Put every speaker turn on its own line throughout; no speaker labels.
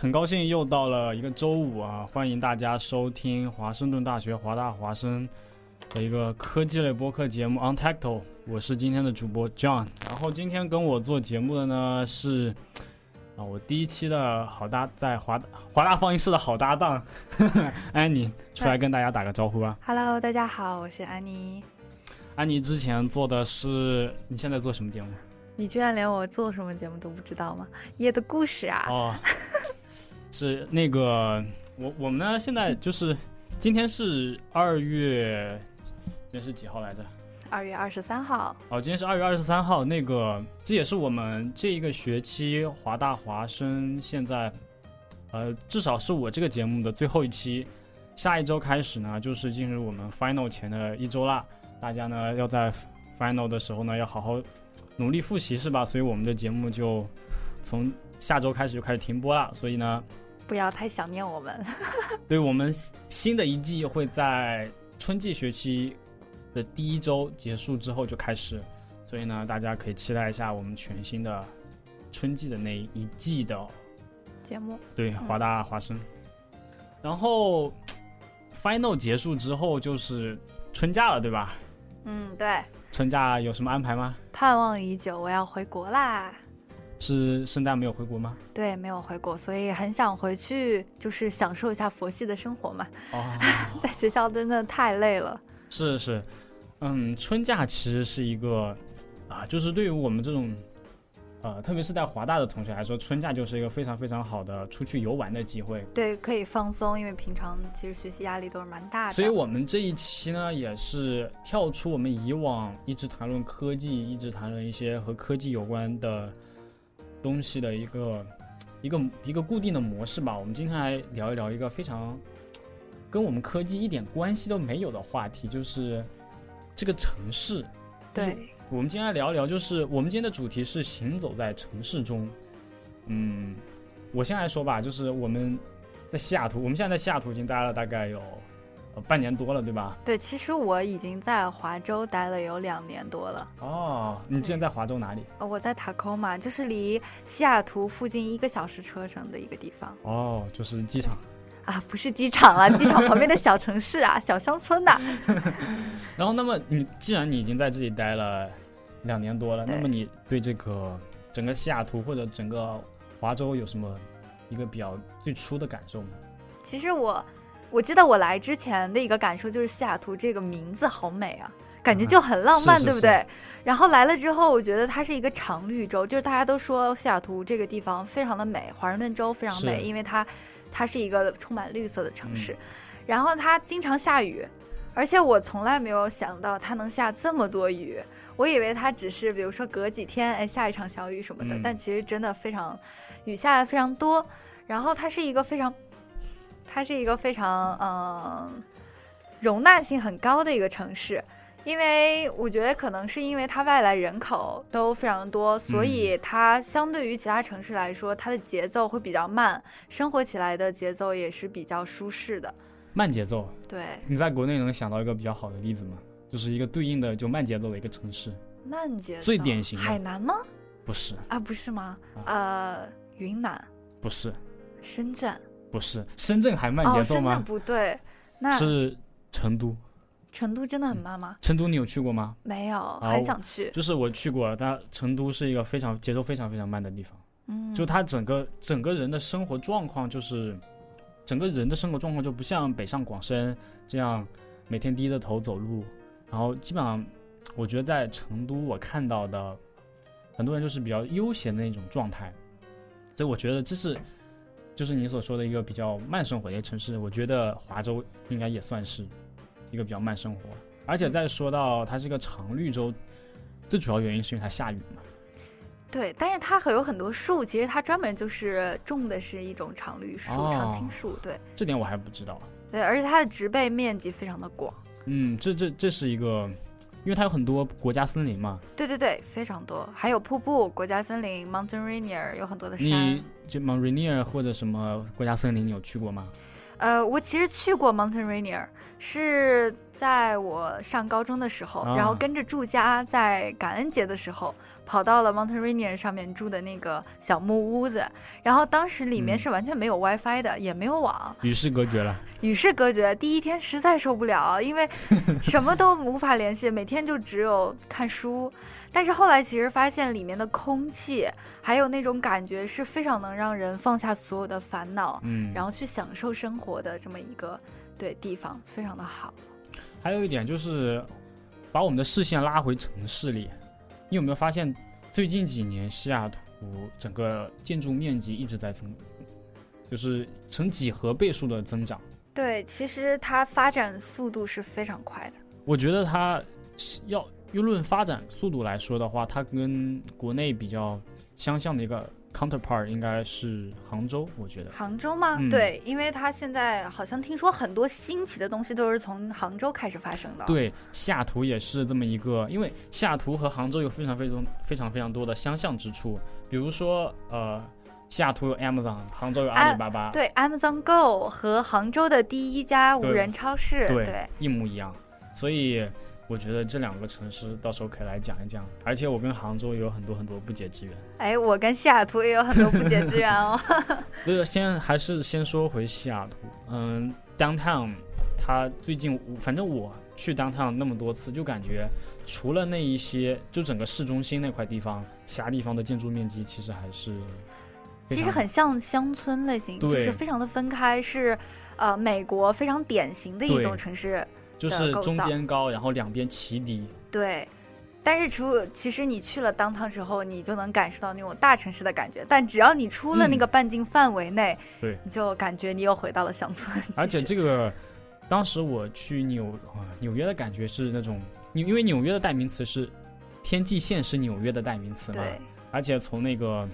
很高兴又到了一个周五啊，欢迎大家收听华盛顿大学华大华生的一个科技类播客节目《On Tacto》，我是今天的主播 John。然后今天跟我做节目的呢是啊，我第一期的好搭在华大华大放映室的好搭档 安妮，出来跟大家打个招呼吧。
Hello，大家好，我是安妮。
安妮之前做的是，你现在做什么节目？
你居然连我做什么节目都不知道吗？夜的故事啊，
哦，是那个我我们呢，现在就是今天是二月，今天是几号来着？
二、月二十三号，
哦，今天是二月二十三号。那个，这也是我们这一个学期华大华生现在，呃，至少是我这个节目的最后一期。下一周开始呢，就是进入我们 final 前的一周啦。大家呢要在 final 的时候呢，要好好努力复习，是吧？所以我们的节目就从下周开始就开始停播啦。所以呢，
不要太想念我们。
对我们新的一季会在春季学期的第一周结束之后就开始，所以呢，大家可以期待一下我们全新的春季的那一季的
节目
对华大华生。然后 final 结束之后就是春假了，对吧？
嗯，对，
春假有什么安排吗？
盼望已久，我要回国啦。
是圣诞没有回国吗？
对，没有回国，所以很想回去，就是享受一下佛系的生活嘛。
哦，
在学校真的太累了。
是是，嗯，春假其实是一个啊，就是对于我们这种呃，特别是在华大的同学来说，春假就是一个非常非常好的出去游玩的机会。
对，可以放松，因为平常其实学习压力都是蛮大的。
所以，我们这一期呢，也是跳出我们以往一直谈论科技，一直谈论一些和科技有关的东西的一个一个一个固定的模式吧。我们今天来聊一聊一个非常跟我们科技一点关系都没有的话题，就是这个城市。
对，
我们今天来聊一聊，就是我们今天的主题是行走在城市中。嗯，我先来说吧，就是我们在西雅图，我们现在在西雅图已经待了大概有呃半年多了，对吧？
对，其实我已经在华州待了有两年多了。
哦，你之前在华州哪里？
呃，我在塔科马，就是离西雅图附近一个小时车程的一个地方
哦，就是机场。
啊，不是机场啊，机场旁边的小城市啊，小乡村呐、
然后，那么你既然你已经在这里待了两年多了，
对
那么你对这个整个西雅图或者整个华州有什么一个比较最初的感受吗？
其实我，我记得我来之前的一个感受就是西雅图这个名字好美啊，感觉就很浪漫，
是是
对不对？然后来了之后，我觉得它是一个常绿洲，就是大家都说西雅图这个地方非常的美，华盛顿州非常美，
是嗯
因为它它是一个充满绿色的城市，然后它经常下雨，而且我从来没有想到它能下这么多雨。我以为它只是比如说隔几天哎下一场小雨什么的，
嗯
但其实真的非常雨下的非常多，然后它是一个非常，它是一个非常嗯、呃容纳性很高的一个城市。因为我觉得可能是因为它外来人口都非常多，
嗯
所以它相对于其他城市来说，它的节奏会比较慢，生活起来的节奏也是比较舒适的。
慢节奏。
对，
你在国内能想到一个比较好的例子吗？就是一个对应的就慢节奏的一个城市，
慢节奏。
最典型的啊
海南吗？
不是，
啊，不是吗？呃，云南、
不是，
深圳。
不是，深圳还慢
哦，
节奏
深圳
吗？
不嗯对，那
是成都，
成都真的很慢吗？
成都你有去过吗？
没有，很
我
想去。
就是我去过，但成都是一个非常节奏非常非常慢的地方。
嗯，
就他整个整个人的生活状况，就是整个人的生活状况就不像北上广深这样每天低着头走路，然后基本上我觉得在成都我看到的很多人就是比较悠闲的那种状态，所以我觉得这是就是你所说的一个比较慢生活的一个城市，我觉得华州应该也算是一个比较慢生活，而且再说到它是一个常绿洲，最主要原因是因为它下雨嘛。
对，但是它还有很多树，其实它专门就是种的是一种常绿树、常青
哦
树，对
这点我还不知道，
对，而且它的植被面积非常的广，
嗯，这这这是一个，因为它有很多国家森林嘛，
对对对，非常多，还有瀑布、国家森林、Mountain Rainier 有很多的山
你。就 m o n r a n i e r 或者什么国家森林，你有去过吗？
呃，我其实去过 Mountain Rainier，是在我上高中的时候，然后
啊
跟着住家在感恩节的时候跑到了 Mountain Rainier 上面住的那个小木屋子，然后当时里面
嗯
是完全没有 WiFi 的，也没有网，
与世隔绝了，
与世隔绝。第一天实在受不了，因为什么都无法联系，每天就只有看书。但是后来其实发现里面的空气，还有那种感觉是非常能让人放下所有的烦恼，
嗯，
然后去享受生活的这么一个对地方，非常的好。
还有一点就是，把我们的视线拉回城市里，你有没有发现最近几年西雅图整个建筑面积一直在增，就是呈几何倍数的增长？
对，其实它发展速度是非常快的。
我觉得它要舆论发展速度来说的话，它跟国内比较相像的一个 counterpart 应该是杭州，我觉得。
杭州吗？
嗯
对，因为它现在好像听说很多新奇的东西都是从杭州开始发生的。，
对，西雅图也是这么一个，因为西雅图和杭州有非常非常非常非常多的相像之处，比如说呃，西雅图有 Amazon，杭州有阿里巴巴，
对，Amazon Go 和杭州的第一家无
啊对
人超市，
对一模一样，所以我觉得这两个城市到时候可以来讲一讲，而且我跟杭州有很多很多不解之缘。
哎，我跟西雅图也有很多不解之缘哦。
不是，先还是先说回西雅图。嗯，downtown，它最近我反正我去 downtown 那么多次，就感觉除了那一些，就整个市中心那块地方，其他地方的建筑面积其实还是 非
其实
常
很像乡村类型，就是
对
非常的分开，是呃美国非常典型的一
对
种城市。
就是
构
中
造
间高，然后两边齐低。
对，但是除其实你去了当趟之后，你就能感受到那种大城市的感觉，但只要你出了那
嗯
个半径范围内，
对
你就感觉你又回到了乡村。
而
其
且
实
这个，当时我去纽啊纽约的感觉是那种，因因为纽约的代名词是天际线是纽约的代名词嘛，
对
而且从那个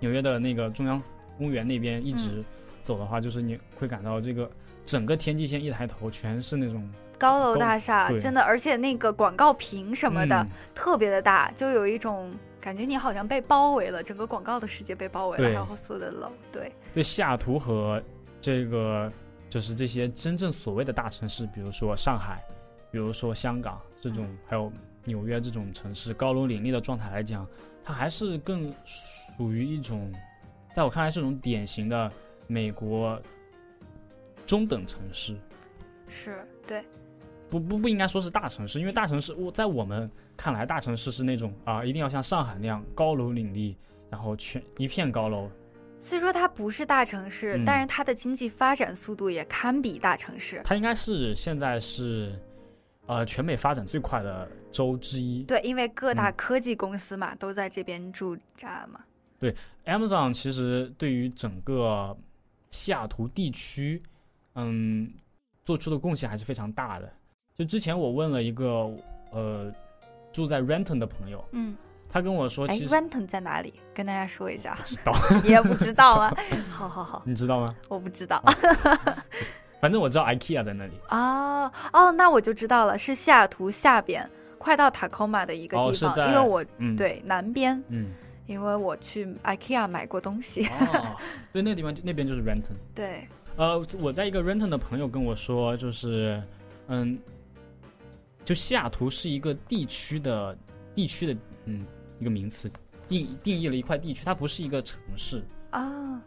纽约的那个中央公园那边
嗯
一直走的话，就是你会感到这个整个天际线一抬头全是那种
高楼
高
大厦
对
真的，而且那个广告屏什么的、
嗯
特别的大，就有一种感觉你好像被包围了，整个广告的世界被包围了，
对
然后所有的楼，对。
对西雅图和这个就是这些真正所谓的大城市，比如说上海，比如说香港这种，
嗯
还有纽约这种城市高楼林立的状态来讲，它还是更属于一种，在我看来是一种典型的美国中等城市。
是对，
不不不应该说是大城市，因为大城市我在我们看来，大城市是那种啊、一定要像上海那样高楼林立，然后全一片高楼，
虽说它不是大城市，
嗯
但是它的经济发展速度也堪比大城市。
它应该是现在是，呃，全美发展最快的州之一。
对，因为各大
嗯
科技公司嘛，都在这边驻扎嘛。
Amazon 其实对于整个西雅图地区，嗯，做出的贡献还是非常大的。就之前我问了一个呃住在 Renton 的朋友，
嗯，
他跟我说，
哎
其实
，Renton 在哪里？跟大家说一下，
知道，
也不知道 啊。好好好，
你知道吗？
我不知道。
反正我知道 IKEA 在那里。
哦哦，那我就知道了，是西雅图下边快到塔科马的一个
哦
地
是
方，
在
因为我
嗯，，
对南边，
嗯，
因为我去 IKEA 买过东西。
哦，对，那个地方就那边就是 Renton。
对，
呃，我在一个 Renton 的朋友跟我说，就是，嗯，就西雅图是一个地区的地区的嗯一个名词，定定义了一块地区，它不是一个城市。
啊，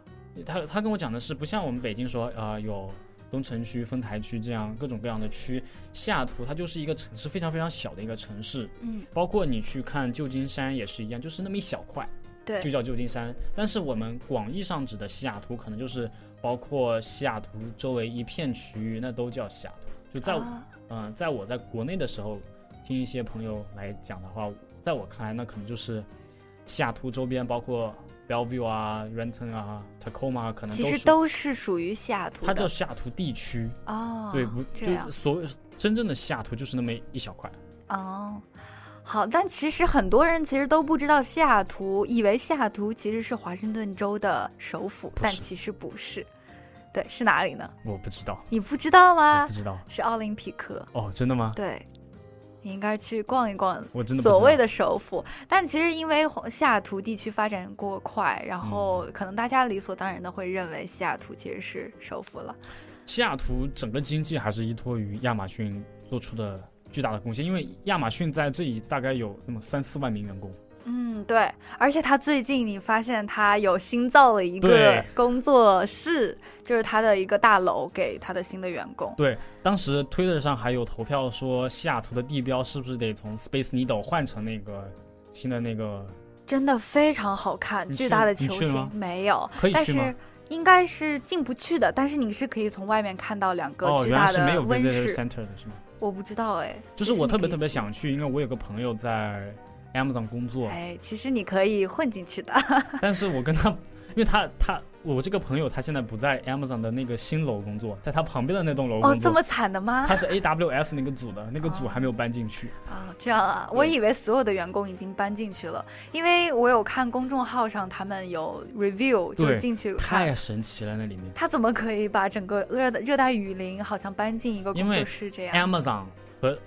他他跟我讲的是，不像我们北京说，呃，有东城区、丰台区这样各种各样的区，西雅图它就是一个城市，非常非常小的一个城市。
嗯，
包括你去看旧金山也是一样，就是那么一小块，
对
就叫旧金山。但是我们广义上指的西雅图，可能就是包括西雅图周围一片区域，那都叫西雅图。就在我嗯、
啊
在我在国内的时候，听一些朋友来讲的话，在我看来，那可能就是西雅图周边，包括 Bellevue 啊、Renton 啊、Tacoma，啊可能
其实
都
都是属于西雅图
是它叫
的
西雅图地区，
哦，
对，不
这样
就所谓真正的西雅图就是那么一小块。
哦。好，但其实很多人其实都不知道西雅图，以为西雅图其实是华盛顿州的首府，但
是
其实不是。对，是哪里呢？
我不知道，
你不知道
我
吗
不？知道。
是奥林匹克。
哦，真的吗？
对，你应该去逛一逛
我真的不知道
所谓的首府。但其实因为西雅图地区发展过快，
嗯
然后可能大家理所当然的会认为西雅图其实是首府了。
西雅图整个经济还是依托于亚马逊做出的巨大的贡献，因为亚马逊在这里大概有那么三四万名员工。
嗯，对，而且他最近你发现他有新造了一个
对
工作室，就是他的一个大楼给他的新的员工。
对，当时 Twitter 上还有投票说西雅图的地标是不是得从 Space Needle 换成那个新的那个
真的非常好看，
你
巨
去
大的
你
球
去了
形
吗
没有
可以，
但
去
是
吗哦
应该是进不去的，但是你是可以从外面看到两个
哦，
巨
原来
大
是没
的
有
温
Visitor
室。
Center 的是吗？
我不知道哎，
就是
其实
我
你
特
可
别
以
特别
去
想去，因为我有个朋友在 Amazon 工作，
哎，其实你可以混进 去的。
但是我跟他，因为他他我这个朋友他现在不在 Amazon 的那个新楼工作，在他旁边的那栋楼
哦，
工
这
作。
么惨的 吗？
他是 AWS 那个组的，那个组
哦
还没有搬进去。
啊、这样啊，我以为所有的员工已经搬进去了，因为我有看公众号上他们有 review，就是
对
进去
太
看。
神奇了，那里面。
他怎么可以把整个热带热带雨林好像搬进一个工
因为
作室这样？
Amazon 和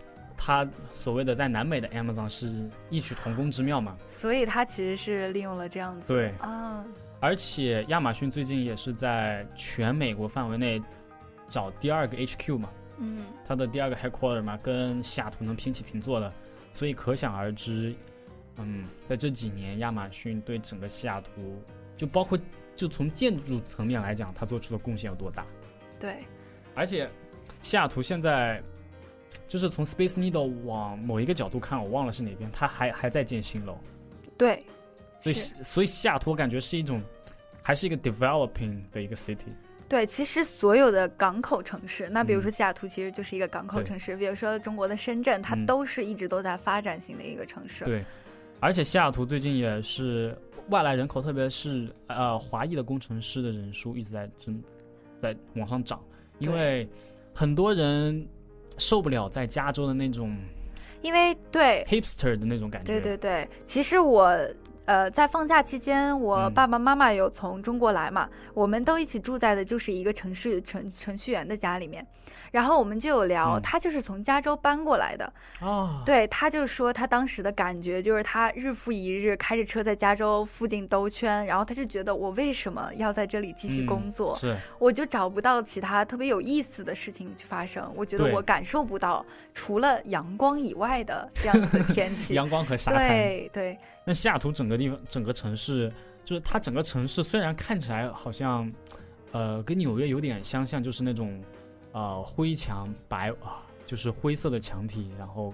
它所谓的在南美的 Amazon 是异曲同工之妙嘛？
所以他其实是利用了这样子。
对，
啊，
而且亚马逊最近也是在全美国范围内找第二个 HQ 嘛，
嗯，
它的第二个 headquarter 嘛，跟西雅图能平起平坐的，所以可想而知，嗯，在这几年亚马逊对整个西雅图，就包括就从建筑层面来讲，它做出的贡献有多大？
对，
而且西雅图现在就是从 Space Needle 往某一个角度看，我忘了是哪边，它还还在建新楼，
对，
所以
是
所以西雅图我感觉是一种还是一个 developing 的一个 city，
对，其实所有的港口城市，那比如说
嗯
西雅图其实就是一个港口
对
城市，比如说中国的深圳，它
嗯
都是一直都在发展型的一个城市。
对，而且西雅图最近也是外来人口，特别是呃华裔的工程师的人数一直在增，在往上涨，因
对
为很多人受不了在加州的那种
因为对
hipster 的那种感觉，
对对对，其实我呃在放假期间，我
嗯
爸爸妈妈有从中国来嘛，我们都一起住在的就是一个程序程程序员的家里面，然后我们就有聊，
嗯
他就是从加州搬过来的，
啊，
对，他就说他当时的感觉就是他日复一日开着车在加州附近兜圈，然后他就觉得我为什么要在这里继续
嗯
工作，
是。
我就找不到其他特别有意思的事情去发生，我觉得
对
我感受不到除了阳光以外的这样子的天气。
阳光和沙滩，
对对，
那西雅图整个地方、整个城市，就是它整个城市虽然看起来好像，呃，跟纽约有点相像，就是那种，呃，灰墙白啊，就是灰色的墙体，然后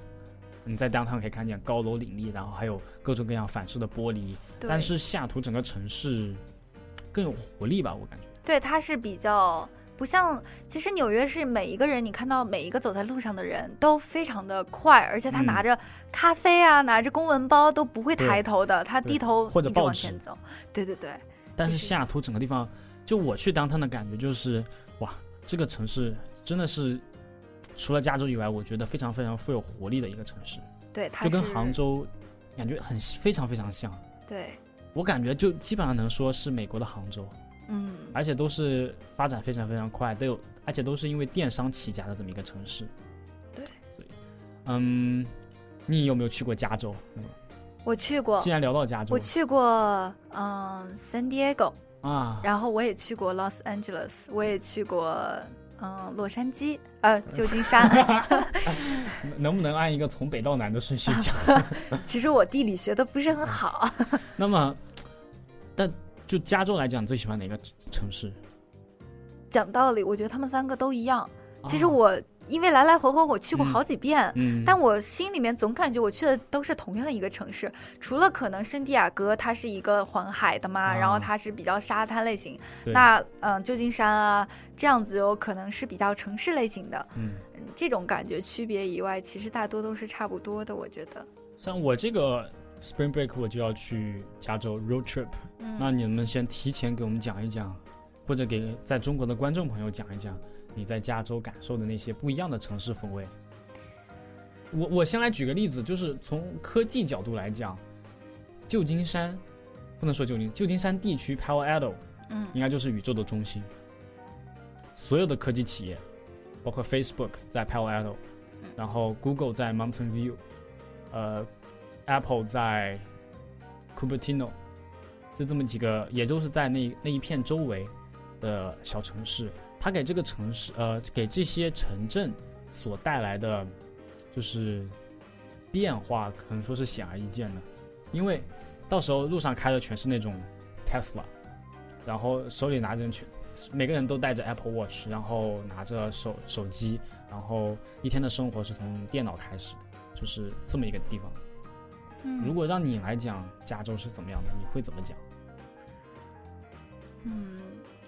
你在 downtown 可以看见高楼林立，然后还有各种各样反射的玻璃。
对
但是西雅图整个城市更有活力吧，我感觉。
对，它是比较不像，其实纽约是每一个人，你看到每一个走在路上的人都非常的快，而且他
嗯
拿着咖啡啊，拿着公文包都不会
对
抬头的，他
对
低头
或者
一直往
报纸
前走。对对对，
但
就是
西雅图整个地方，就我去 downtown 的感觉就是，哇，这个城市真的是。除了加州以外，我觉得非常非常富有活力的一个城市。
对，它
就跟
是
杭州感觉很非常非常像。
对，
我感觉就基本上能说是美国的杭州，
嗯，
而且都是发展非常非常快，都有，而且都是因为电商起家的这么一个城市。
对，
所以，嗯，你有没有去过加州？嗯
我去过
既，然聊到加州
我，去过，嗯，San Diego，
啊，
然后我也去过 Los Angeles，我也去过嗯洛杉矶，呃旧金 山。
能不能按一个从北到南的顺序 讲？
其实我地理学的不是很好，
那么，但就加州来讲，你最喜欢哪个城市？
讲道理，我觉得他们三个都一样。其实
啊，
我因为来来回回我去过
嗯
好几遍，
嗯，
但我心里面总感觉我去的都是同样一个城市，除了可能圣地亚哥它是一个环海的嘛，
啊
然后它是比较沙滩类型，
对
那嗯、呃旧金山啊这样子有可能是比较城市类型的，
嗯，
嗯这种感觉区别以外，其实大多都是差不多的，我觉得。
像我这个 Spring Break 我就要去加州 road trip，那
嗯，
你们先提前给我们讲一讲，或者给在中国的观众朋友讲一讲你在加州感受的那些不一样的城市风味。我我先来举个例子，就是从科技角度来讲，旧金山不能说旧金，旧金山地区 Palo Alto
嗯
应该就是宇宙的中心，所有的科技企业，包括 Facebook 在 Palo Alto，
嗯
然后 Google 在 Mountain View，呃，Apple 在 Cupertino，就这么几个，也就是在那那一片周围的小城市，它给这个城市，呃，给这些城镇所带来的就是变化，可能说是显而易见的，因为到时候路上开的全是那种 Tesla，然后手里拿着全，每个人都带着 Apple Watch，然后拿着手手机，然后一天的生活是从电脑开始的，就是这么一个地方。
嗯
如果让你来讲加州是怎么样的，你会怎么讲？
嗯，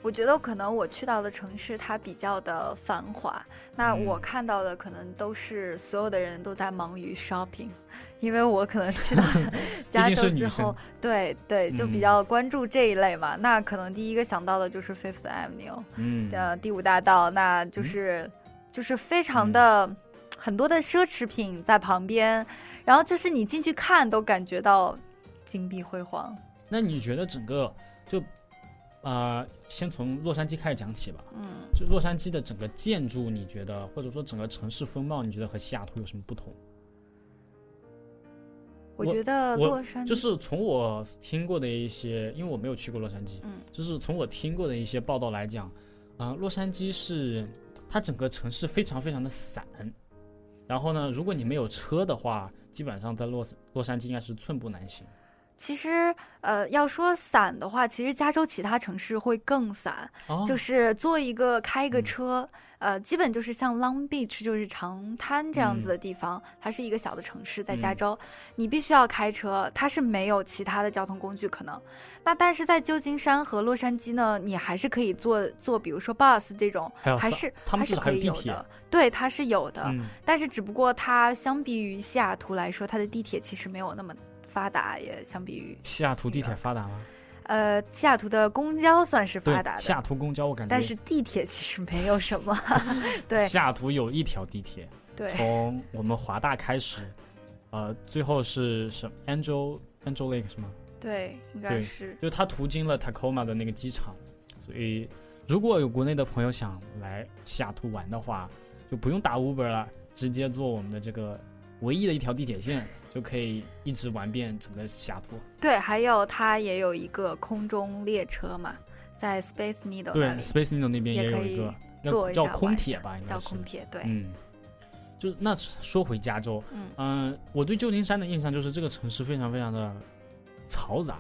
我觉得可能我去到的城市它比较的繁华，那
嗯
我看到的可能都是所有的人都在忙于 shopping，因为我可能去到 加
毕竟
州
是
之
女
后
生，
对对，就比
嗯
较关注这一类嘛。那可能第一个想到的就是 Fifth Avenue，
嗯
呃，第五大道，那就是、就是非
嗯
常的、很多的奢侈品在旁边，然后就是你进去看都感觉到金碧辉煌。
那你觉得整个就，呃，先从洛杉矶开始讲起吧。
嗯，
就洛杉矶的整个建筑，你觉得或者说整个城市风貌，你觉得和西雅图有什么不同？
我
我
觉得
我
呃洛杉矶
就是从我听过的一些，因为我没有去过洛杉矶，
嗯
就是从我听过的一些报道来讲，啊、洛杉矶是它整个城市非常非常的散，然后呢，如果你没有车的话，基本上在洛斯洛杉矶应该是寸步难行。
其实，呃，要说散的话，其实加州其他城市会更散，
哦
就是坐一个开一个
嗯
车，呃，基本就是像 Long Beach 就是长滩这样子
嗯
的地方，它是一个小的城市，在加
嗯
州，你必须要开车，它是没有其他的交通工具可能。那但是在旧金山和洛杉矶呢，你还是可以坐坐，比如说 bus 这种，
还有
还
三
是
他们
还
至
是
少还
可
有
以
地
有
铁
的，对，它是有的。
嗯，
但是只不过它相比于西雅图来说，它的地铁其实没有那么发达，也相比于
西雅图地铁发达吗？
呃西雅图的公交算是
对
发达，
西
的，
雅图公交我感觉，
但是地铁其实没有什 么。对
西雅图有一条地铁，
对，
从我们华大开始，呃，最后是什 Angel Angel Lake 是吗？
对，应该
对
是
就是它途经了 Tacoma 的那个机场，所以如果有国内的朋友想来西雅图玩的话，就不用打 Uber 了，直接坐我们的这个唯一的一条地铁线，就可以一直玩遍整个西雅图。
对，还有它也有一个空中列车嘛，在 Space Needle
对
那里
，Space Needle 那边
呃也
有
可以
一个
坐
叫
一下晚上，
叫空铁吧，应该
叫
是
空。铁，对，
嗯，就是那说回加州，
嗯，
嗯、我对旧金山的印象就是这个城市非常非常的嘈杂，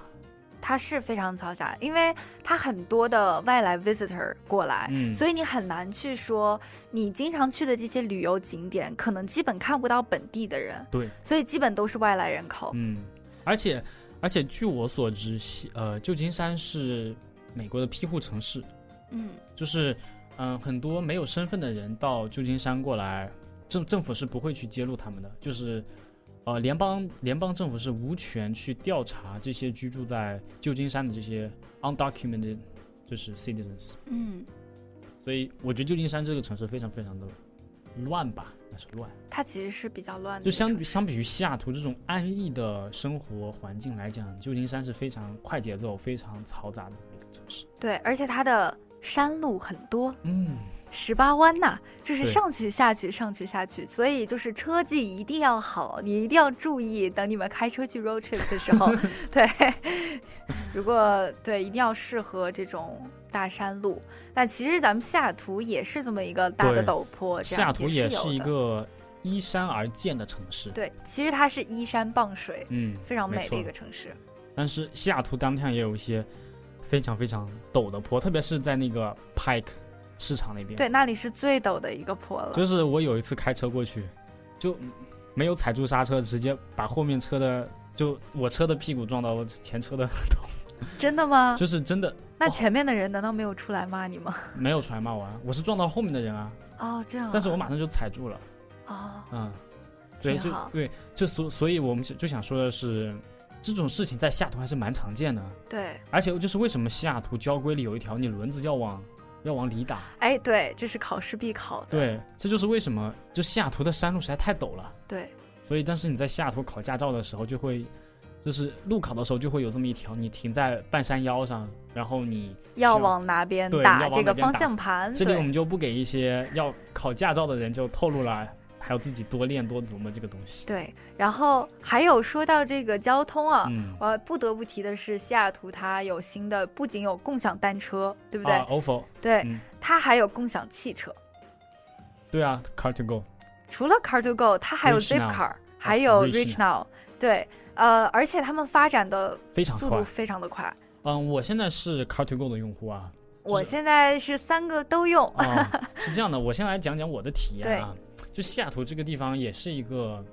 它是非常嘈杂，因为它很多的外来 visitor 过来，
嗯，
所
以
以你很难去说，你经常去的这些旅游景点，可能基本看不到本地的人，
对，
所以基本都是外来人口。
嗯，而且而且据我所知，西呃旧金山是美国的庇护城市，
嗯
就是嗯、呃很多没有身份的人到旧金山过来，政政府是不会去揭露他们的，就是呃联邦联邦政府是无权去调查这些居住在旧金山的这些 undocumented 就是 citizens，
嗯，
所以我觉得旧金山这个城市非常非常的乱吧，那是乱。
它其实是比较乱的
就
一个城市。
相比相比于西雅图这种安逸的生活环境来讲，旧金山是非常快节奏、非常嘈杂的一个城市。
对，而且它的山路很多，
嗯，
十八弯呐，就是
对
上去下去，上去下去，所以就是车技一定要好，你一定要注意。等你们开车去 road trip 的时 候，对， 如果对一定要适合这种大山路。那其实咱们西雅图也是这么一个大的
对
陡坡，
西
这
雅
样
图
也
也
是有
是一
的
个依山而建的城市，
对，其实它是依山傍水，
嗯，
非常
没
美的
错
一个城市。
但是西雅图当天也有一些非常非常陡的坡，特别是在那个 Pike 市场那边。，
对，那里是最陡的一个坡了。
就是我有一次开车过去，就没有踩住刹车，直接把后面车的就我车的屁股撞到我前车的，
真的吗？
就是真的
那
哦
前面的人难道没有出来骂你吗？
没有传骂我，啊，我是撞到后面的人啊，
哦，这样啊、
但是我马上就踩住了，
哦，
嗯，对，
挺
就
好。
对，就所所以我们就就想说的是，这种事情在西雅图还是蛮常见的，
对，
而且就是为什么西雅图交规里有一条，你轮子要往要往里打。
哎，对，这是考试必考的。
对，这就是为什么就西雅图的山路实在太陡了，
对
所以但是你在西雅图考驾照的时候就会，就是路考的时候就会有这么一条，你停在半山腰上，然后你
要
需
往哪边
对要
打
往
这
哪
个
边
方
打
向盘？
这里我
对，
们就不给一些要考驾照的人就透露了，还要自己多练多琢磨这个东西。
对。然后还有说到这个交通啊，
嗯，
我不得不提的是，西雅图它有新的，不仅有共享单车，对不对？
啊，ofo，
对，
嗯
它还有共享汽车。
对啊，car to go，
除了 Car to Go，它还有
Reach Now 哦
Zipcar，还有
Reach
Reach Now。对，呃，而且他们发展的
非常
速
快
度。非常的快。
嗯，我现在是 car to go 的用户啊。
我现在是三个都用，
哦， 是这样的，我先来讲讲我的体验啊。就西雅图这个地方也是一个，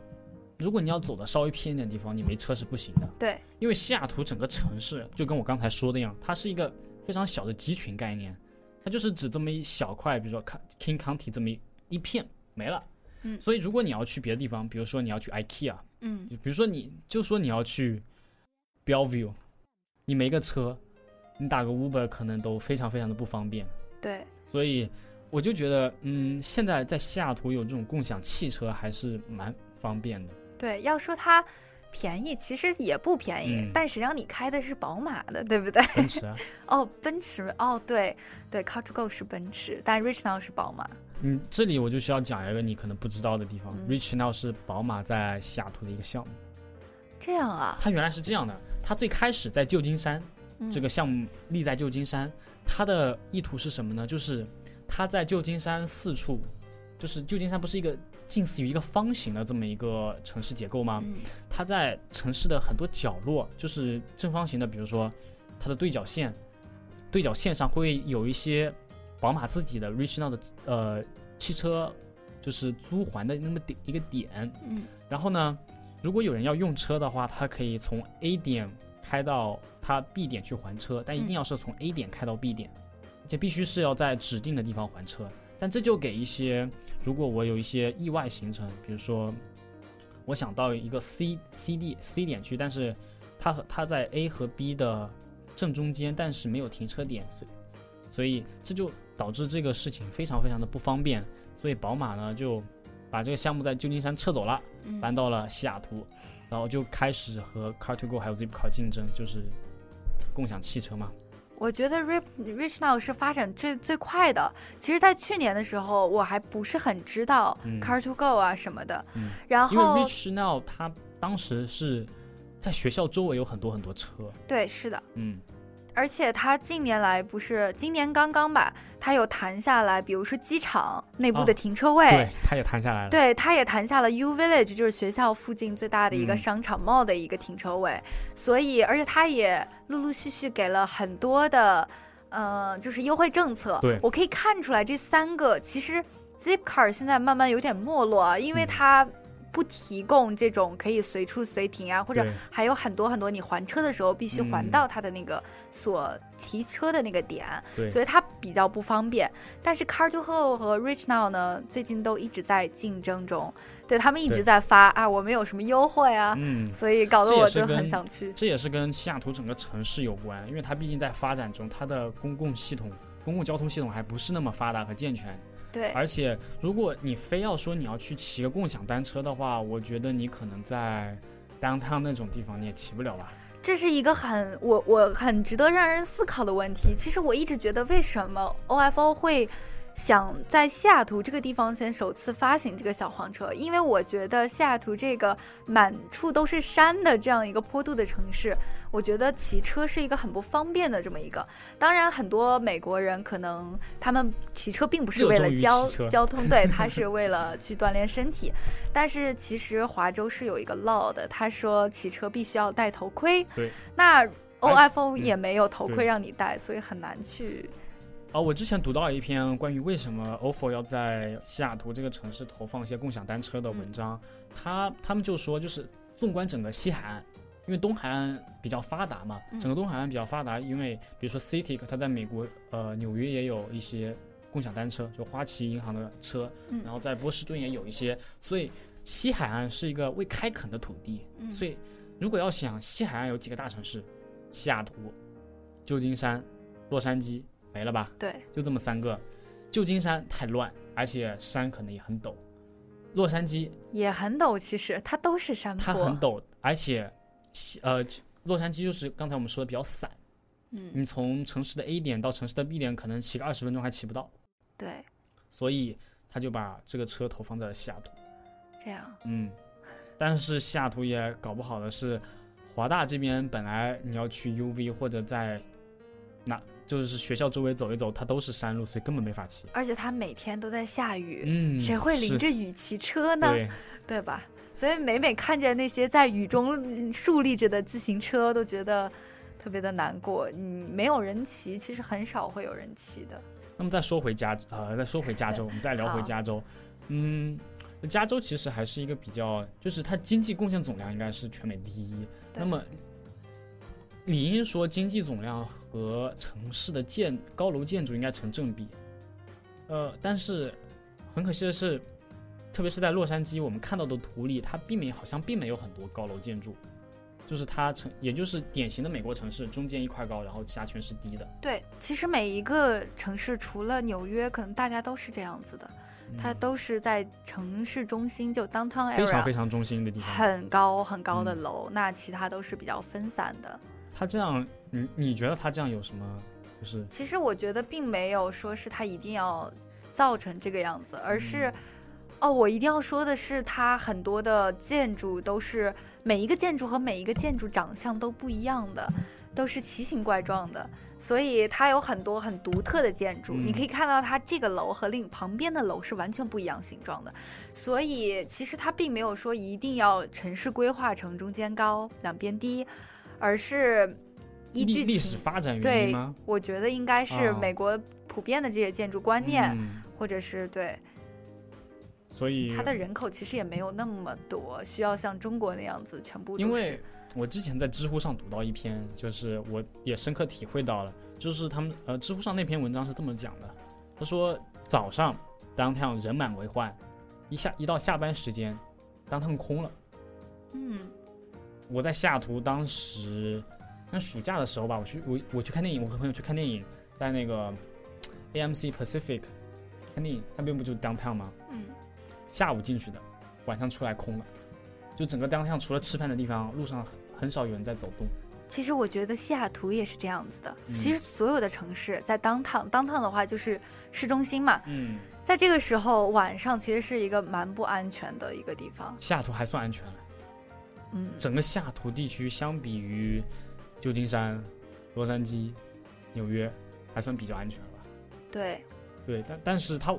如果你要走的稍微偏一点的地方，你没车是不行的。
对，
因为西雅图整个城市就跟我刚才说的一样，它是一个非常小的集群概念，它就是指这么一小块，比如说 Ca- King County 这么一一片没了。
嗯
所以如果你要去别的地方，比如说你要去 IKEA，
嗯，
比如说你就说你要去 Bellevue，你没个车，你打个 Uber 可能都非常非常的不方便。
对，
所以我就觉得，嗯，现在在西雅图有这种共享汽车还是蛮方便的。
对，要说它便宜，其实也不便宜，
嗯
但实际上你开的是宝马的，对不 对？
奔驰啊，
哦，奔驰，哦，对对，Car to Go 是奔驰，但 Rich Now 是宝马。
嗯，这里我就需要讲一个你可能不知道的地方、
嗯
r i c h Now 是宝马在西雅图的一个项目。
这样啊，
它原来是这样的，它最开始在旧金山，
嗯、
这个项目立在旧金山，它的意图是什么呢？就是它在旧金山四处，就是旧金山不是一个近似于一个方形的这么一个城市结构吗？
嗯
它在城市的很多角落，就是正方形的，比如说它的对角线，对角线上会有一些宝马自己的 Rich Now 的呃汽车，就是租还的那么点一个点。
嗯，
然后呢，如果有人要用车的话，他可以从 A 点开到他 B 点去还车，但一定要是从 A 点开到 B 点，而且必须是要在指定的地方还车。但这就给一些，如果我有一些意外行程，比如说我想到一个 C C D C 点去，但是它和它在 A 和 B 的正中间，但是没有停车点，所以所以这就导致这个事情非常非常的不方便。所以宝马呢就把这个项目在旧金山撤走了，
嗯
搬到了西雅图，然后就开始和 Car to Go 还有 Zipcar 竞争，就是共享汽车嘛。
我觉得 Rich Rich Now 是发展最最快的。其实，在去年的时候，我还不是很知道
嗯
Car to Go 啊什么的。
嗯
然
因为
后，
Rich Now 它当时是在学校周围有很多很多车，
对，是的，
嗯，
而且它近年来不是今年刚刚吧，它有谈下来，比如说机场内部的
啊
停车位。
对，它也谈下来了。
对，他也谈下了 U Village，就是学校附近最大的一个
嗯
商场 mall 的一个停车位，所以而且他也陆陆续续给了很多的，呃，就是优惠政策。
对
我可以看出来这三个其实 Zipcar 现在慢慢有点没落啊，因为
嗯
它不提供这种可以随处随停啊，或者
对
还有很多很多你还车的时候必须还
嗯
到它的那个所提车的那个点。
对
所以它比较不方便。但是 Car to Go 和 Rich Now 呢，最近都一直在竞争中，对他们一直
对
在发啊，我们有什么优惠啊，
嗯，
所以搞得
这也
我
是
就很
跟
想去。
这也是跟西雅图整个城市有关，因为它毕竟在发展中，它的公共系统、公共交通系统还不是那么发达和健全。
对，
而且，如果你非要说你要去骑个共享单车的话，我觉得你可能在 downtown 那种地方你也骑不了吧？
这是一个很我我很值得让人思考的问题。其实我一直觉得，为什么 OFO 会想在西雅图这个地方先首次发行这个小黄车，因为我觉得西雅图这个满处都是山的这样一个坡度的城市，我觉得骑车是一个很不方便的这么一个。当然，很多美国人可能他们骑车并不是为
热
了
衷于
交
骑车
交通，对，他 是为了去锻炼身体。但是其实华州是有一个 law 的，他说骑车必须要戴头盔。
对，
那 OFO
嗯
也没有头盔
对
让你戴，所以很难去。
啊，我之前读到一篇关于为什么 OFO 要在西雅图这个城市投放一些共享单车的
嗯
文章，他他们就说，就是纵观整个西海岸，因为东海岸比较发达嘛，
嗯
整个东海岸比较发达，因为比如说 Citic，它在美国呃纽约也有一些共享单车，就花旗银行的车，
嗯
然后在波士顿也有一些，所以西海岸是一个未开垦的土地，
嗯
所以如果要想西海岸有几个大城市，西雅图、旧金山、洛杉矶没了吧？
对，
就这么三个。旧金山太乱，而且山可能也很陡。洛杉矶
也很陡，其实它都是山坡。
它很陡，而且西呃，洛杉矶就是刚才我们说的比较散。
嗯，
你从城市的 A 点到城市的 B 点，可能骑个二十分钟还骑不到，
对，
所以他就把这个车投放在了西雅图。
这样，
嗯，但是西雅图也搞不好的是，华大这边本来你要去 UV 或者在哪，就是学校周围走一走，它都是山路，所以根本没法骑。
而且它每天都在下雨，
嗯，
谁会淋
是
着雨骑车呢？
对，
对吧？所以每每看见那些在雨中竖立着的自行车，都觉得特别的难过。嗯，没有人骑，其实很少会有人骑的。
那么再说回加呃，再说回加 州，我们再聊回加州。嗯，加州其实还是一个比较，就是它经济贡献总量应该是全美第一。
对
那么理应说，经济总量和城市的建高楼建筑应该成正比。呃，但是很可惜的是，特别是在洛杉矶，我们看到的图里，它并没好像并没有很多高楼建筑，就是它城，也就是典型的美国城市，中间一块高，然后其他全是低的。
对，其实每一个城市，除了纽约，可能大家都是这样子的，它
嗯
都是在城市中心，就 downtown
非常
area，
非常中心的地方。
很高很高的
嗯
楼，那其他都是比较分散的。
他这样，你你觉得他这样有什么？就是
其实我觉得并没有说是它一定要造成这个样子，而是、
嗯
哦，我一定要说的是，它很多的建筑都是每一个建筑和每一个建筑长相都不一样的，都是奇形怪状的，所以它有很多很独特的建筑。
嗯
你可以看到它这个楼和另旁边的楼是完全不一样形状的，所以其实它并没有说一定要城市规划成中间高两边低，而是依
历
据
历
情
史发展原因
对
吗？，
我觉得应该是
啊
美国普遍的这些建筑观念，
嗯，
或者是对
所以
它的人口其实也没有那么多，需要像中国那样子全部都
因
是
为我之前在知乎上读到一篇，就是我也深刻体会到了，就是他们呃，知乎上那篇文章是这么讲的，他说早上 downtown 人满为患，一下一到下班时间，downtown 空了。
嗯
我在西雅图当时那暑假的时候吧，我去我我去看电影，我和朋友去看电影，在那个 AMC Pacific 看电影，那边不就是 downtown 吗？
嗯
下午进去的，晚上出来空了，就整个 downtown 除了吃饭的地方，路上很很少有人在走动。
其实我觉得西雅图也是这样子的。
嗯
其实所有的城市在 downtown downtown 的话就是市中心嘛，
嗯，
在这个时候晚上其实是一个蛮不安全的一个地方。
西雅图还算安全了，
嗯，
整个西雅图地区相比于旧金山、洛杉矶、纽约，还算比较安全了吧。
对，
对，但但是他，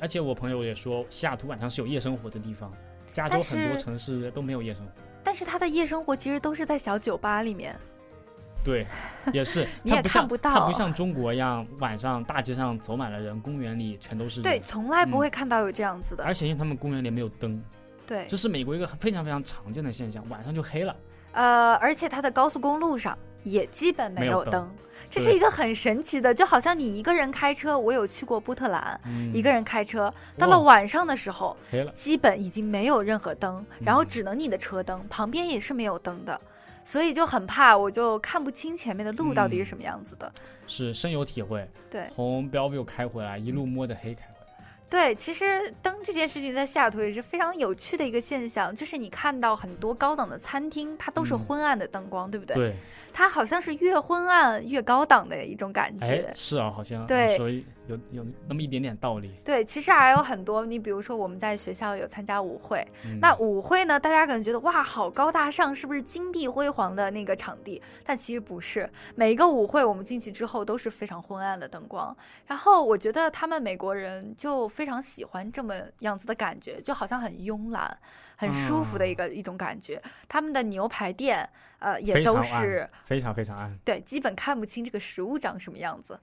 而且我朋友也说，西雅图晚上是有夜生活的地方，加州
但
很多
是
城市都没有夜生活。
但是它的夜生活其实都是在小酒吧里面。 ，
对，也是
你
它
也
不
看
像
不
它
到
不像中国一样晚上大街上走满了人，公园里全都是人。
对，，从来不
嗯
会看到有这样子的。
而且因为他们公园里没有灯，
对
这，是美国一个非常非常常见的现象，晚上就黑了。
呃，而且它的高速公路上也基本没
没
有
有
灯，
灯
这
对
是一个很神奇的，就好像你一个人开车，我有去过波特兰，
嗯，
一个人开车，到
哇
了晚上的时候，
黑了。
基本已经没有任何灯，然后
嗯
只能你的车灯，旁边也是没有灯的。所以就很怕，我就看不清前面的路到底是
嗯
什么样子的。
是深有体会，
对
从 Bellevue 开回来，一路摸着黑开回来。
对，其实灯这件事情在西雅图也是非常有趣的一个现象，就是你看到很多高档的餐厅，它都是
嗯
昏暗的灯光，对不对？
对，
它好像是越昏暗越高档的一种感觉。
哎，是啊，好像
对
所以有有那么一点点道理。
对，其实还有很多，你比如说我们在学校有参加舞会，
嗯
那舞会呢，大家可能觉得哇，好高大上，是不是金碧辉煌的那个场地？但其实不是，每一个舞会我们进去之后都是非常昏暗的灯光。然后我觉得他们美国人就非常喜欢这么样子的感觉，就好像很慵懒、很舒服
嗯
的一个、一种感觉。他们的牛排店，呃，也
非常
都
暗
是
非常非常暗。
对，基本看不清这个食物长什么样子。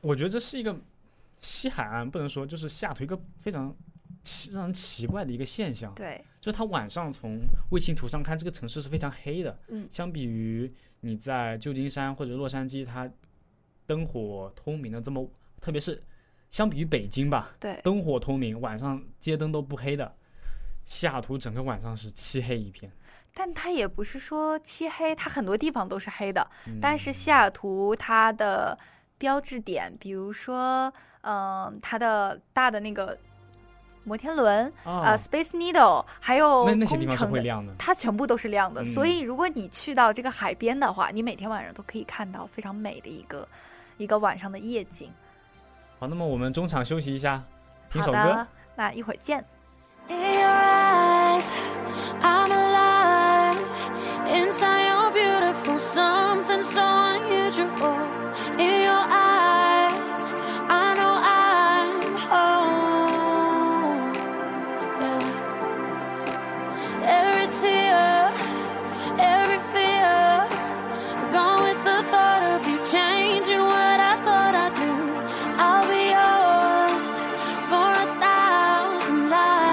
我觉得这是一个西海岸不能说，就是西雅图一个非常奇让人奇怪的一个现象，
对，
就是它晚上从卫星图上看，这个城市是非常黑的。
嗯
相比于你在旧金山或者洛杉矶，它灯火通明的这么，特别是相比于北京吧，
对，
灯火通明，晚上街灯都不黑的。西雅图整个晚上是漆黑一片，
但它也不是说漆黑，它很多地方都是黑的。
嗯
但是西雅图它的标志点，比如说，嗯、它的大的那个摩天轮，
啊
呃，，Space Needle，还有
那那些地
工
方是
程
会
哦的，
亮的。
它全部都是亮的。所
嗯
以如果你去到这个海边的话，你每天晚上都可以看到非常美的一个一个晚上的夜景。
好，那么我们中场休息一下，听
好
首
的
歌。，
那一会儿见。
In your eyes, I'm alive. Inside, you're beautiful. Something so unusual. In your eyes, I know I'm home. Yeah. Every tear, every fear, gone with the thought of you changing what I thought I'd do. I'll be yours for a thousand lives.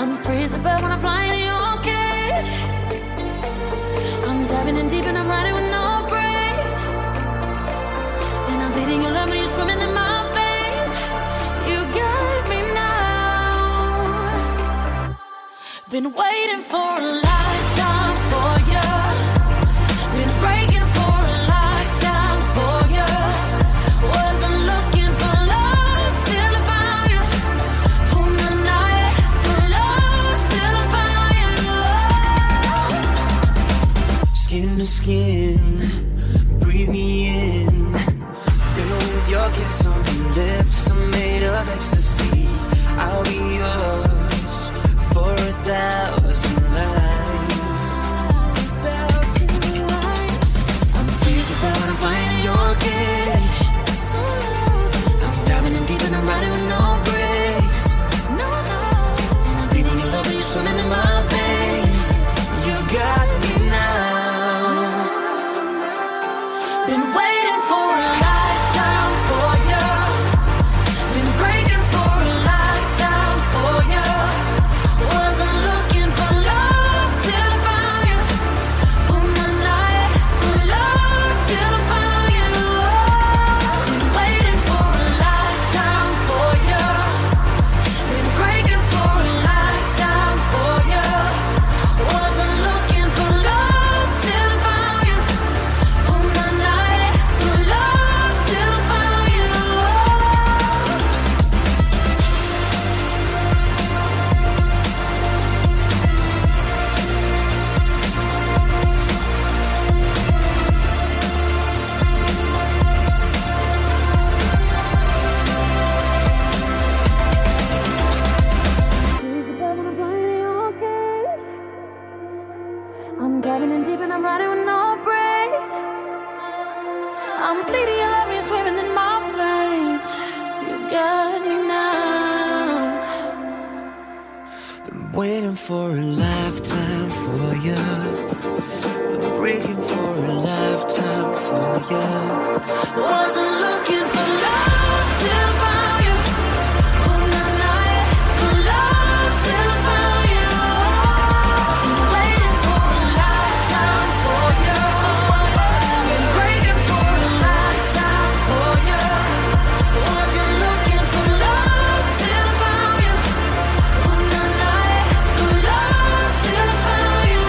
I'm free as a bird when I'm flying in your cage. I'm diving in deep and I'm riding with no brakes. And I'm bleeding your love when you're swimming in my face. You got me now. Been waiting for a lifetime for you. Been breaking for a lifetime for you. Wasn't looking for love till I found you. Whole night for love till I found you.
Skin to skin, breathe me in. Fill with your kiss on your lips, I'm made of ecstasy. I'll be yours for a thousand lives.
Thousand lives.
I'm crazy about I'm finding your cage. I'm diving in deep and I'm riding with no brakes.
No, no.
Leaving your love and you're swimming in my veins. You've got me now.
Been waiting for a lifetime for you. Been breaking for a lifetime for you. Wasn't looking for love till I found you. Whole night for love till I found you. Been waiting for a lifetime for you. Been breaking for a lifetime for you. Wasn't looking for love till I found you. All my night for love till I found you. I'm diving in deep and I'm riding with no brakes. I'm bleeding your love, you're swimming in my veins. You got me now.
Been waiting for a lifetime for you. Been breaking for a lifetime for you.
Wasn't looking for love till I found you. All my night for love till I found you. Been waiting for a lifetime for you. Been breaking for a lifetime for you. Wasn't looking for love till I found you. All my night for love till I found you.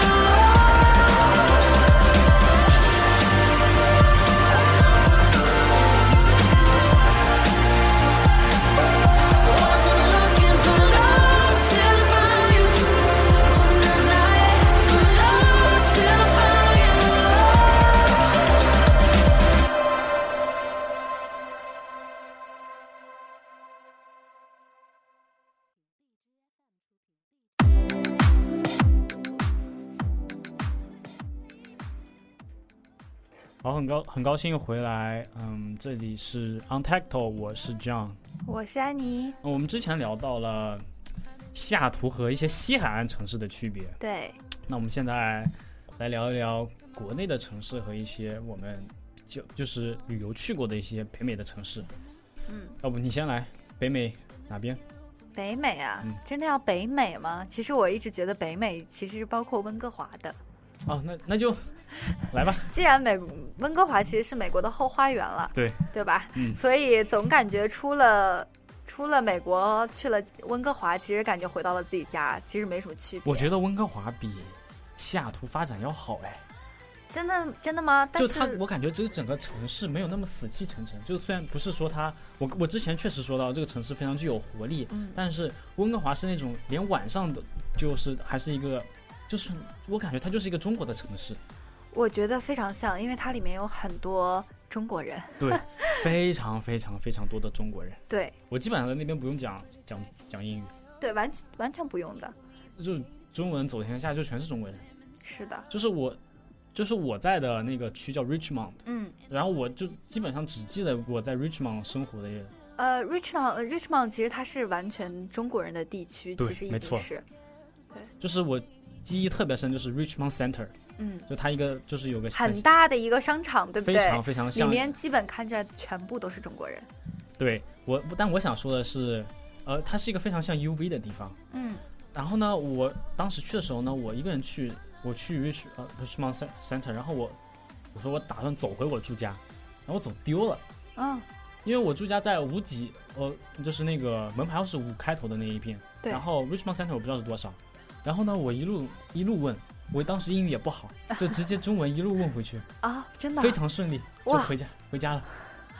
好，很高很高兴回来，嗯，这里是 Untacto，我是 John。
我是安妮，
我们之前聊到了西雅图和一些西海岸城市的区别，
对，
那我们现在来聊一聊国内的城市和一些我们就就是旅游去过的一些北美的城市。
嗯，
要不你先来，北美哪边？
北美啊
嗯，
真的要北美吗？其实我一直觉得北美其实是包括温哥华的。
哦，那那就 来吧。
既然美温哥华其实是美国的后花园了，
对
对吧？
嗯
所以总感觉出了出了美国去了温哥华，其实感觉回到了自己家，其实没什么区别。
我觉得温哥华比西雅图发展要好哎，
真的真的吗？但
就是它，我感觉这个整个城市没有那么死气沉沉。就虽然不是说它，我我之前确实说到这个城市非常具有活力，
嗯，
但是温哥华是那种连晚上都就是还是一个，就是我感觉它就是一个中国的城 市，
我觉得非常像，因为它里面有很多中国人。
对，非常非常非常多的中国人。
对
我基本上在那边不用讲讲讲英语，
对，完全完全不用的。
就中文走天下就全是中国人。
是的，
就是我，就是我在的那个区叫 Richmond，
嗯，
然后我就基本上只记得我在 Richmond 生活的人。
呃，Richmond 呃 Richmond 其实它是完全中国人的地区，
对
其实已
没
经
错
是，
就是我记忆特别深，就是 Richmond Center，
嗯，
就它一个就是有个
很大的一个商场，对不
非
对？
常非常
里
像
面基本看着全部都是中国人。
对我，但我想说的是，呃，它是一个非常像 UV 的地方。
嗯
然后呢，我当时去的时候呢，我一个人去，我去 Rich 呃 Richmond Cen- Center，然后我我说我打算走回我住家，然后我走丢了，
嗯，
因为我住家在五几，呃，就是那个门牌号是五开头的那一片，
对
然后 Richmond Center 我不知道是多少，然后呢，我一路一路问，我当时英语也不好，就直接中文一路问回去，
啊，真的啊
非常顺利，就
哇
回家回家了，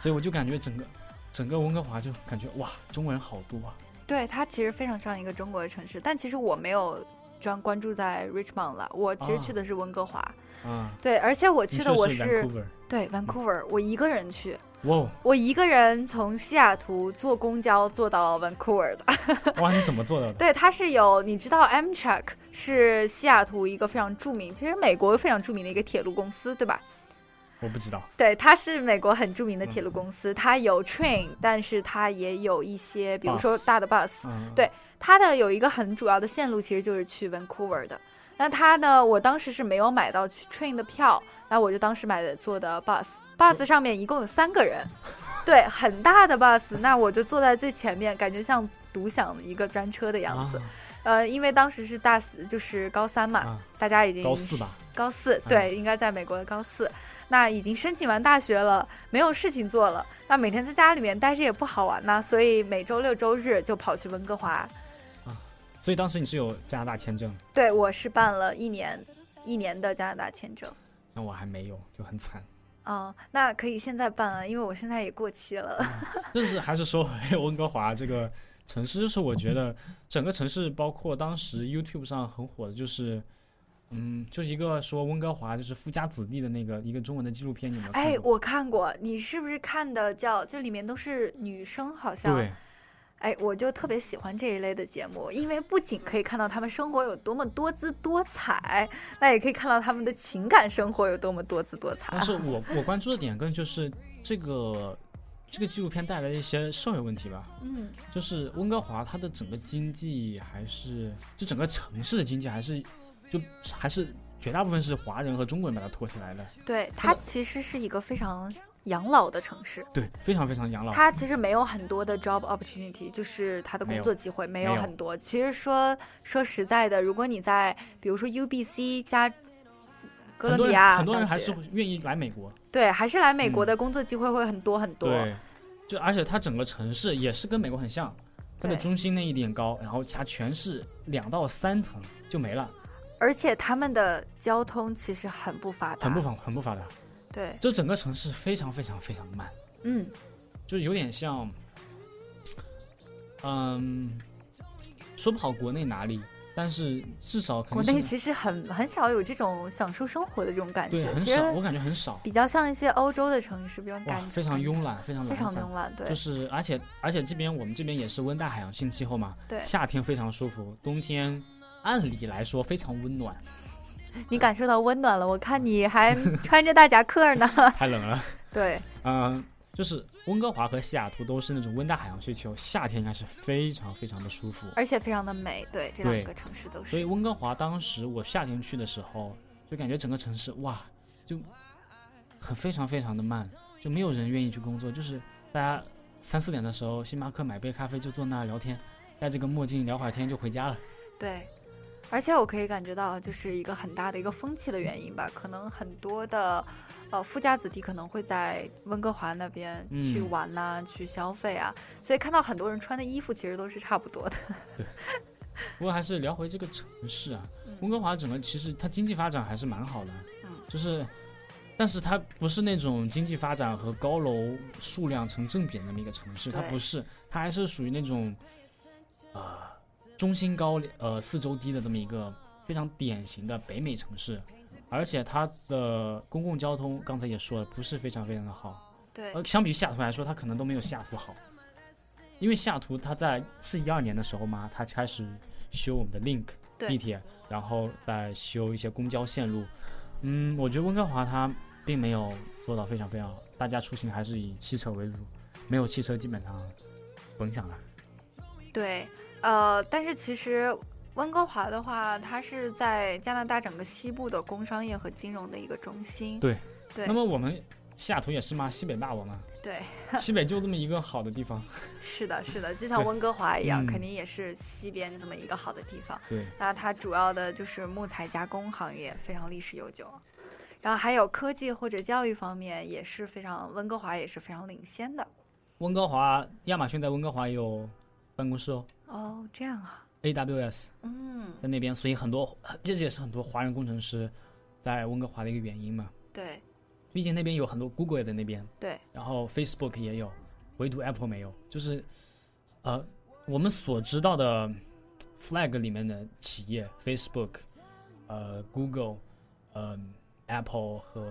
所以我就感觉整个整个温哥华就感觉哇，中国人好多啊，
对，它其实非常像一个中国的城市，但其实我没有专关注在 Richmond 了，我其实去
啊
的是温哥华。
啊，
对，而且我
你
去的我
是
是
Vancouver，嗯
对 Vancouver，我一个人去，
哇哦
我一个人从西雅图坐公交坐到 Vancouver 的。
哇，你怎么做 到的？
对，它是有你知道 Amtrak 是西雅图一个非常著名，其实美国非常著名的一个铁路公司，对吧？
我不知道。
对，它是美国很著名的铁
嗯
路公司，它有 train，但是它也有一些，比如说
Bus
大的 bus，
嗯，
对它的有一个很主要的线路其实就是去 Vancouver 的。那它呢，我当时是没有买到去 train 的票，那我就当时买的坐的
嗯
bus，bus 上面一共有三个人，对，很大的 bus，那我就坐在最前面，感觉像独享一个专车的样子。呃，因为当时是大四，就是高三嘛，
啊
大家已经
高四吧
高四对，应该在美国的高四。那已经申请完大学了，没有事情做了，那每天在家里面待着也不好玩呐，所以每周六周日就跑去温哥华。
啊。所以当时你是有加拿大签证，
对我是办了一年一年的加拿大签证。
那我还没有，就很惨。
哦，那可以现在办啊，因为我现在也过期了。
但是还是说回温哥华这个城市，就是我觉得整个城市，包括当时 YouTube 上很火的，就是。嗯，就是一个说温哥华就是富家子弟的那个一个中文的纪录片，你有没有看
哎，
过？
我看过，你是不是看的叫就里面都是女生，好像
对，
哎，我就特别喜欢这一类的节目，因为不仅可以看到他们生活有多么多姿多彩，那也可以看到他们的情感生活有多么多姿多彩
但。啊是我我关注的点更就是这个这个纪录片带来的一些社会问题吧，
嗯，
就是温哥华它的整个经济还是就整个城市的经济还是就还是绝大部分是华人和中国人把它托起来的，
对，它其实是一个非常养老的城市，
对，非常非常养老。
它其实没有很多的 job opportunity，就是它的
没
工
有
作机会没有
没有
很多。其实说说实在的，如果你在比如说 UBC 加哥伦
很多
比
人
亚
很多人
大
还
学
是会愿意来美国，
对，还是来美国
嗯
的工作机会会很多很多。
对，就而且它整个城市也是跟美国很像，它的
对
中心那一点高，然后它全是两到三层就没了，
而且他们的交通其实很不发达，
很不发很不发达，
对，
就整个城市非常非常非常慢。
嗯，
就是有点像，嗯，说不好国内哪里，但是至少肯
国
定
内
是
其实很很少有这种享受生活的这种感
对
觉，
很
其
少，我
实
感觉很少，
比较像一些欧洲的城市，比较
哇
感，
非常
感
慵懒，非常
非
懒
常
散
慵。懒，对、
就是，而且而且这边我们这边也是温带海洋性气候嘛，
对
夏天非常舒服，冬天按理来说非常温暖，
你感受到温暖了，我看你还穿着大夹克 呢。
太冷了。
对，
嗯，就是温哥华和西雅图都是那种温带海洋气球，夏天应该是非常非常的舒服。
而且非常的美，对，这
对
两个城市都
所以
是。
温哥华当时我夏天去的时候，就感觉整个城市哇，就很非常非常的慢，就没有人愿意去工作，就是大家三四点的时候，星巴克买杯咖啡就坐那儿聊天，戴着个墨镜聊会儿天就回家了。
对，而且我可以感觉到，就是一个很大的一个风气的原因吧，可能很多的呃富家子弟可能会在温哥华那边
嗯
去玩啦、去消费啊，所以看到很多人穿的衣服其实都是差不多的。
不过还是聊回这个城市啊，
嗯
温哥华整个其实它经济发展还是蛮好的，
嗯
就是，但是它不是那种经济发展和高楼数量成正比的那么一个城市，它
对
不是，它还是属于那种，呃，中心高呃四周低的这么一个非常典型的北美城市，而且它的公共交通刚才也说了，不是非常非常的好，
对
呃，相比于西雅图来说，它可能都没有西雅图好，因为西雅图它在是一二年的时候嘛，它开始修我们的 Link
对
地铁，然后再修一些公交线路。嗯，我觉得温哥华它并没有做到非常非常好，大家出行还是以汽车为主，没有汽车基本上甭想了。
对，呃，但是其实温哥华的话，它是在加拿大整个西部的工商业和金融的一个中心。
对
对
那么我们西雅图也是嘛，西北霸 王嘛，
对，
西北就这么一个好的地方。
是的，是 的，就像温哥华一样，
嗯
肯定也是西边这么一个好的地方。
对，
那它主要的就是木材加工行业非常历史悠久，然后还有科技或者教育方面也是非常，温哥华也是非常领先的。
温哥华，亚马逊在温哥华也有办公室哦
哦，这样啊，
，AWS。
嗯，
在那边，所以很多 这也是很多华人工程师在温哥华的一个原因嘛。
对
毕竟那边有很多 Google 也在那边，
对，
然后 Facebook 也有，唯独 Apple 没有。就是呃，我们所知道的 flag 里面的企业，Facebook、呃 Google、呃 Apple 和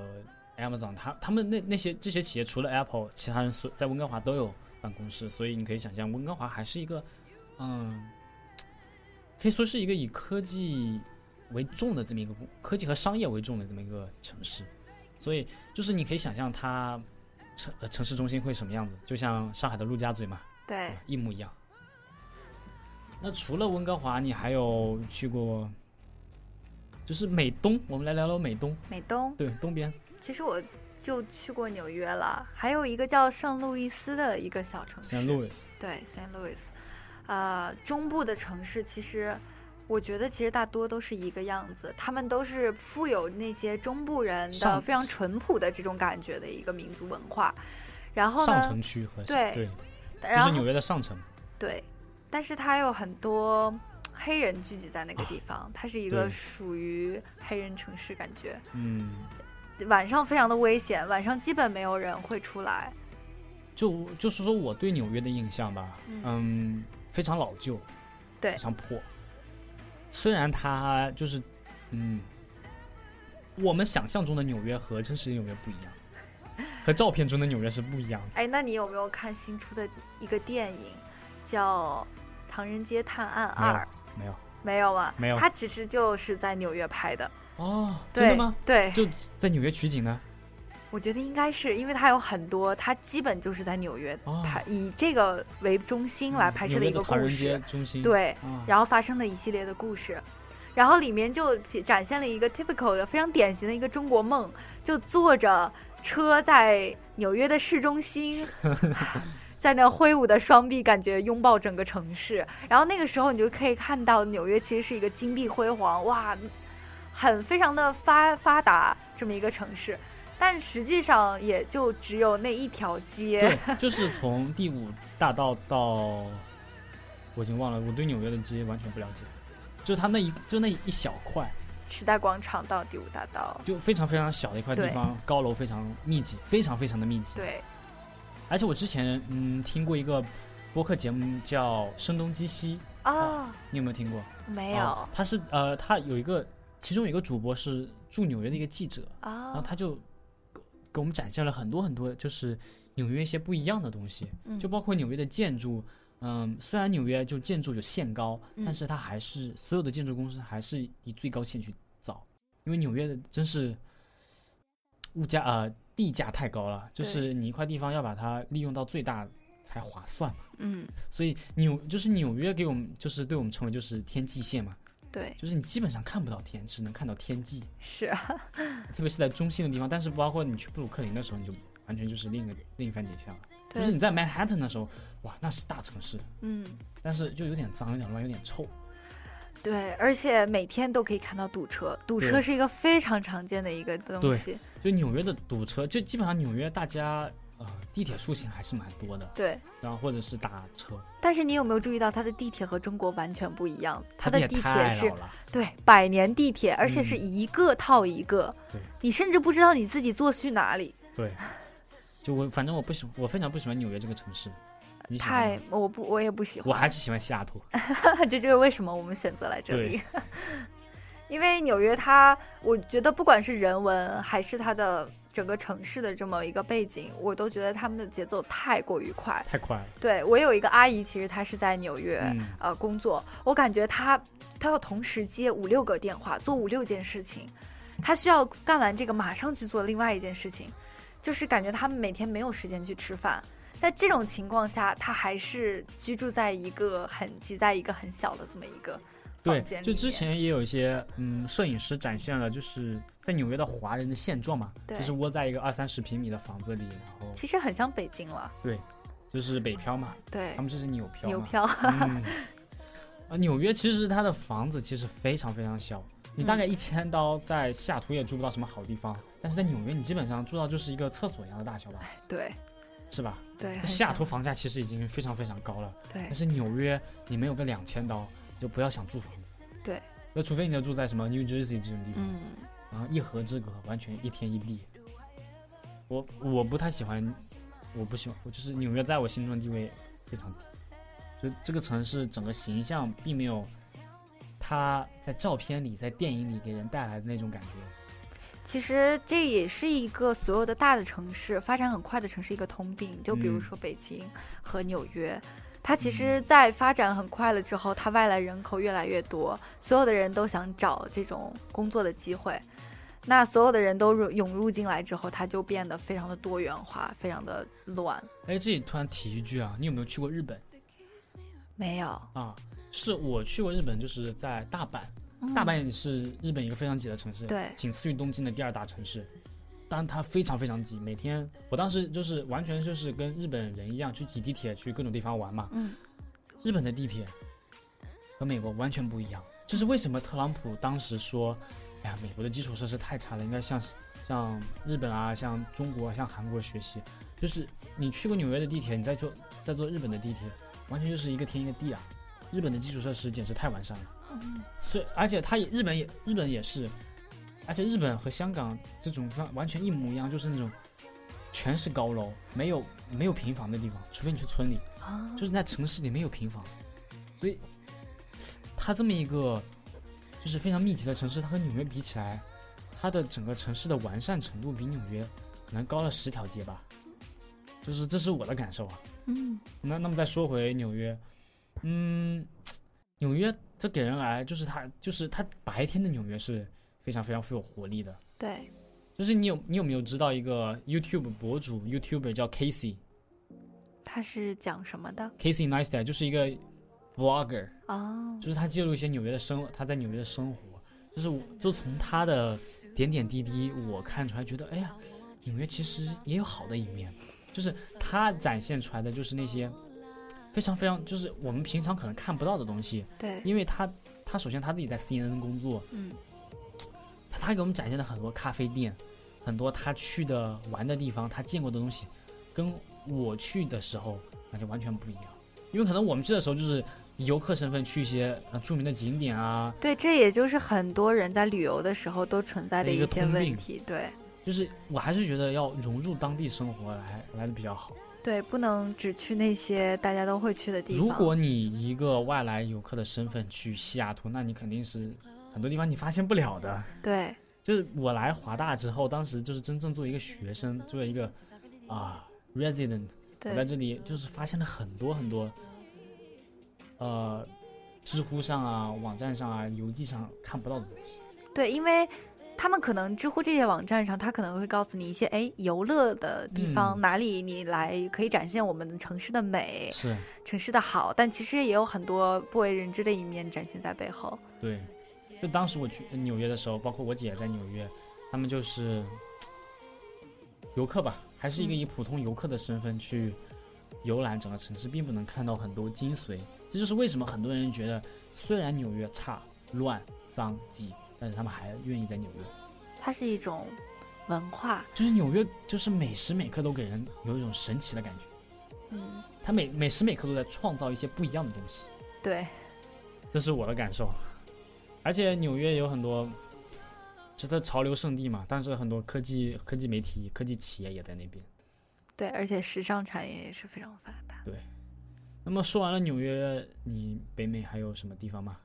Amazon，他他们那那些这些企业除了 Apple，其他人所在温哥华都有办公室，所以你可以想象，温哥华还是一个嗯，可以说是一个以科技为重的这么一个公科技和商业为重的这么一个城市，所以就是你可以想象它城、呃、城市中心会什么样子，就像上海的陆家嘴嘛，
对，
一模一样。那除了温哥华，你还有去过，就是美东，我们来聊聊美东，
美东。
对，东边，
其实我就去过纽约了，还有一个叫圣路易斯的一个小城市。
圣路易
对，St. Louis，呃，中部的城市其实，我觉得其实大多都是一个样子，他们都是富有那些中部人的
上
非常淳朴的这种感觉的一个民族文化。然后
上
呢
城，区和
对
对，就
然
是
后
纽约的上城，
对，但是它有很多黑人聚集在那个地方，它是一个
对
属于黑人城市感觉。
嗯，
晚上非常的危险，晚上基本没有人会出来。
就就是说我对纽约的印象吧，嗯，非常老旧，
对
非常破。虽然它就是，嗯，我们想象中的纽约和真实的纽约不一样，和照片中的纽约是不一样的。
哎，那你有没有看新出的一个电影，叫《唐人街探案
没有
二》？
没有
没有啊，
没有
它其实就是在纽约拍的。
哦，
对
真的吗？
对，
就在纽约取景呢？
我觉得应该是因为它有很多，它基本就是在纽约
哦嗯
拍，以这个为中心来拍摄
纽
的
约
一个
唐
故
人街
事。
中心。
对，
啊，
然后发生的一系列的故事，然后里面就展现了一个 typical 的非常典型的一个中国梦，就坐着车在纽约的市中 心，在那挥舞的双臂，感觉拥抱整个城市。然后那个时候你就可以看到纽约其实是一个金碧辉煌，哇，很非常的发发达这么一个城市。但实际上也就只有那一条街，
对，就是从第五大道到，我已经忘了，我对纽约的街完全不了解，就它那一就那一小块。
时代广场到第五大道，
就非常非常小的一块地
对
方，高楼非常密集，非常非常的密集。
对，
而且我之前嗯听过一个播客节目叫《声东击西》，
哦，
你有没有听过？
没有
哦他是呃，他有一个，其中有一个主播是驻纽约的一个记者，然后
啊，
他就给给我们展现了很多很多，就是纽约一些不一样的东西，
嗯
就包括纽约的建筑。嗯，虽然纽约就
嗯
建筑有限高，但是它还是所有的建筑公司还是以最高限去造，因为纽约的真是物价啊、呃地价太高了，就
对
是你一块地方要把它利用到最大才划算嘛。
嗯，
所以纽就是纽约给我们就是对我们称为就是天际线嘛，
对，
就是你基本上看不到天，只能看到天际，
是啊，
特别是在中心的地方。但是包括你去布鲁克林的时候，你就完全就是另一个另一番景象了。就
对
是你在曼哈顿的时候，哇，那是大城市，
嗯，
但是就有点脏，有点乱，有点臭。
对，而且每天都可以看到堵车，堵
对
车是一个非常常见的一个东
对
西，
就纽约的堵车，就基本上纽约大家呃地铁出行还是蛮多的，
对。
然后或者是打车，
但是你有没有注意到，它的地铁和中国完全不一样？它的
也
地铁
太
是
老了，
对百年地铁，而且
嗯
是一个套一个，
对
你甚至不知道你自己坐去哪里。
对，就我反正我不喜，我非常不喜欢纽约这个城市，你喜欢
太
吗，
我不，我也不喜欢。
我还是喜欢西雅图，
这就是为什么我们选择来这里。 因为纽约它，我觉得不管是人文还是它的整个城市的这么一个背景，我都觉得他们的节奏太过于快。
太快了，
对我有一个阿姨，其实她是在纽约、
嗯，
呃工作，我感觉她她要同时接五六个电话，做五六件事情，她需要干完这个马上去做另外一件事情，就是感觉他们每天没有时间去吃饭。在这种情况下，她还是居住在一个很挤在一个很小的这么一个
对
房间，里
就之
面
前也有一些嗯摄影师展现了就是在纽约的华人的现状嘛，
对
就是窝在一个二三十平米的房子里，然后
其实很像北京了，
对，就是北漂嘛，
对
他，们这是纽漂嘛，
牛漂，
嗯，啊，纽约其实它的房子其实非常非常小，你
嗯
大概一千刀在西雅图也住不到什么好地方，但是在纽约你基本上住到就是一个厕所一样的大小吧，
对
是吧？
哎对，很
西雅
像
图房价其实已经非常非常高了，
对
但是纽约你没有个两千刀就不要想住房子。
对，
那除非你要住在什么 New Jersey 这种地方，
嗯，
然啊后一河之隔，完全一天一地。我我不太喜欢，我不喜欢，我就是纽约在我心中的地位非常低，就这个城市整个形象并没有它在照片里、在电影里给人带来的那种感觉。
其实这也是一个所有的大的城市发展很快的城市一个通病，就比如
嗯
说北京和纽约。它其实，在发展很快了之后，它外来人口越来越多，所有的人都想找这种工作的机会，那所有的人都入涌入进来之后，它就变得非常的多元化，非常的乱。
哎，这里突然提一句啊，你有没有去过日本
没有，
啊？是我去过日本，就是在大阪，
嗯
大阪也是日本一个非常挤的城市，
对
仅次于东京的第二大城市。但它非常非常挤，每天我当时就是完全就是跟日本人一样去挤地铁去各种地方玩嘛。
嗯，
日本的地铁和美国完全不一样，这是为什么特朗普当时说，哎呀，美国的基础设施太差了，应该向像日本啊、像中国、啊、像韩国学习。就是你去过纽约的地铁，你再坐再坐日本的地铁，完全就是一个天一个地啊！日本的基础设施简直太完善了。
嗯
所以，而且它也日本也日本也是，而且日本和香港这种地方完全一模一样，就是那种全是高楼，没有没有平房的地方，除非你去村里，
啊，
就是在城市里没有平房，所以它这么一个就是非常密集的城市，它和纽约比起来，它的整个城市的完善程度比纽约可能高了十条街吧，就是这是我的感受啊。
嗯，
那那么再说回纽约，嗯，纽约这给人来就是它就是它白天的纽约是非常非常富有活力的，
对，
就是你有你有没有知道一个 YouTube 博主 YouTuber 叫 Casey
它是讲什么的
Casey Neistat，就是一个 Vlogger，
啊？
就是他记录一些纽约的生，他在纽约的生活，就是我就从他的点点滴滴，我看出来觉得，哎呀，纽约其实也有好的一面，就是他展现出来的就是那些非常非常就是我们平常可能看不到的东西，
对，
因为他他首先他自己在 CNN 工作，
嗯，
他他给我们展现了很多咖啡店，很多他去的玩的地方，他见过的东西，跟我去的时候感觉完全不一样。因为可能我们去的时候就是以游客身份去一些呃著名的景点啊，
对，这也就是很多人在旅游的时候都存在的
的一个
些
通
问
病
题，对。
就是我还是觉得要融入当地生活来来的比较好。
对，不能只去那些大家都会去的地方。
如果你一个外来游客的身份去西雅图，那你肯定是很多地方你发现不了的。
对
就是我来华大之后，当时就是真正作为一个学生，作为一个啊 resident，我在
对
这里就是发现了很多很多，呃，知乎上啊、网站上啊、邮寄上看不到的东西。
对，因为他们可能知乎这些网站上，他可能会告诉你一些哎游乐的地方、
嗯
哪里你来可以展现我们城市的美、
是
城市的好，但其实也有很多不为人知的一面展现在背后。
对。就当时我去呃纽约的时候，包括我姐在纽约，他们就是游客吧，还是一个
嗯
以普通游客的身份去游览整个城市，并不能看到很多精髓。这就是为什么很多人觉得，虽然纽约差、乱、脏、挤，但是他们还愿意在纽约。
它是一种文化，
就是纽约，就是每时每刻都给人有一种神奇的感觉，
嗯，
它每每时每刻都在创造一些不一样的东西，
对，
这是我的感受。而且纽约有很多，是它潮流圣地嘛，但是很多科技、科技媒体、科技企业也在那边。
对，而且时尚产业也是非常发达。
那么说完了纽约，你北美还有什么地方吗？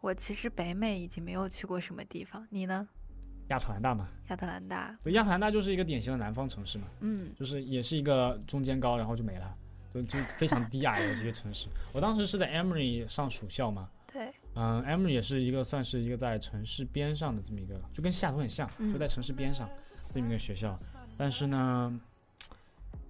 我其实北美已经没有去过什么地方，你呢？
亚特兰大嘛，
亚特兰大，
所以亚特兰大就是一个典型的南方城市嘛，
嗯，
就是也是一个中间高，然后就没了，就就非常低矮的这些城市。我当时是在 Emory 上暑校嘛，
对，
嗯 e m 也是一个算是一个在城市边上的这么一个，就跟西雅图很像，
嗯
就在城市边上这么一个学校。但是呢，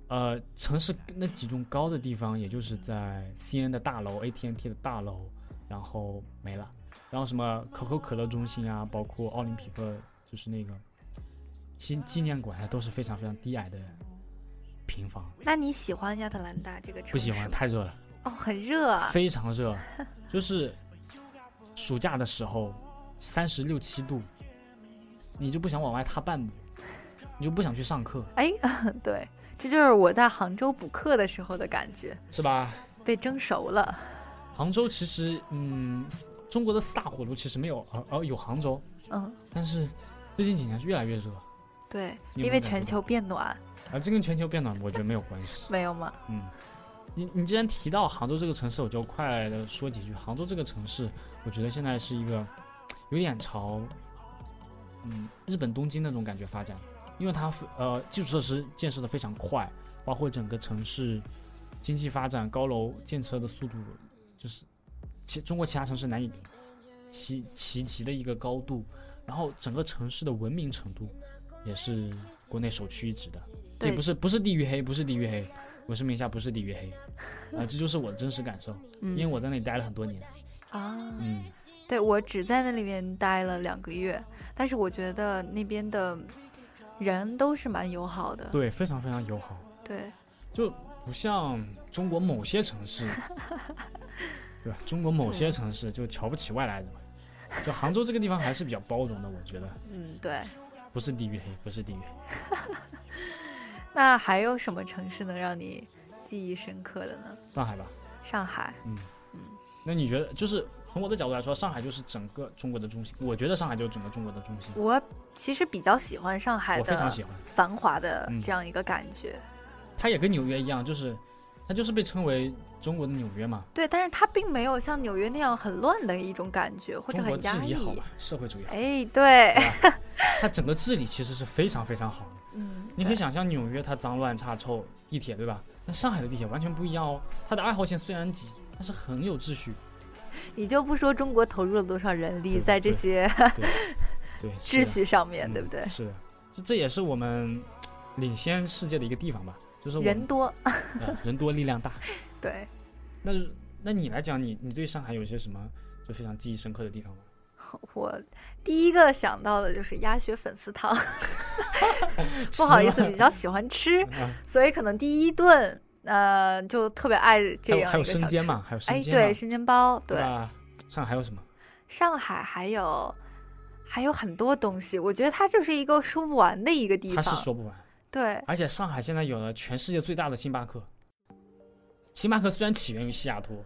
呃，城市那几栋高的地方，也就是在 CN 的大楼、AT&T 的大楼，然后没了。然后什么可口可乐中心啊，包括奥林匹克，就是那个纪纪念馆啊，都是非常非常低矮的平房。
那你喜欢亚特兰大这个城市？
不喜欢，。太热了。
哦，很热 啊。
非常热，就是暑假的时候，三十六七度，你就不想往外踏半步，你就不想去上课，
哎， 对，这就是我在杭州补课的时候的感觉，
是吧？
被蒸熟了。
杭州其实，嗯，中国的四大火炉其实没有，而、而有杭州，
嗯，
但是最近几年是越来越热，
对，
你有没有
因为
感
全
觉
球变暖，
啊，这跟全球变暖我觉得没有关系。
没有吗？
嗯，你你既然提到杭州这个城市，我就快的说几句。杭州这个城市，我觉得现在是一个有点朝嗯日本东京那种感觉发展，因为它呃基础设施建设的非常快，包括整个城市经济发展、高楼建设的速度，就是其中国其他城市难以其其及的一个高度。然后整个城市的文明程度也是国内首屈一指的，这
对
不是不是地域黑，不是地域黑，我是名下不是地域黑，啊、这就是我的真实感受，
嗯，
因为我在那里待了很多年。
啊，
嗯，
对我只在那里面待了两个月，但是我觉得那边的人都是蛮友好 的。
对，非常非常友好，
对
就不像中国某些城 市，对吧？中国某些城市就瞧不起外来人嘛。就杭州这个地方还是比较包容的，我觉得
嗯，对。
不是地域黑，不是地域黑。
那还有什么城市能让你记忆深刻的呢？
上海吧，
上海，
那你觉得就是从我的角度来说，上海就是整个中国的中心，我觉得上海就是整个中国的中心，
我其实比较喜欢上海
我非常
的
喜欢。
繁华的
嗯
这样一个感觉。
它也跟纽约一样，就是它就是被称为中国的纽约嘛，
对，但是它并没有像纽约那样很乱的一种感觉，或者
中国
很
治
压
理好
抑
吧。，社会主义好，
哎，对，
它整个治理其实是非常非常好的。
嗯，
你可以
对
想象纽约它脏乱差臭，地铁对吧？那上海的地铁完全不一样哦，它的二号线虽然挤，但是很有秩序。
你就不说中国投入了多少人力
对
在
对
这些
对，是
秩
的
序上面，对
嗯
不对？
是的，这这也是我们领先世界的一个地方吧，就是我们
人多，
呃人多力量大。
对
那那你来讲，你你对上海有些什么就非常记忆深刻的地方吗？
我第一个想到的就是鸭血粉丝 汤，不好意思，比较喜欢吃，
啊，
所以可能第一顿呃就特别爱
还
这
有
样
还
一
有
个
生
小
煎
吃。
嘛，还有生
哎，
煎嘛，
对，生煎包，对，
吧？上海还有什么？
上海还有还有很多东西，我觉得它就是一个说不完的一个地
他是
方。
说啊不完。
对，
而且上海现在有了全世界最大的星巴克。星巴克虽然起源于西雅图，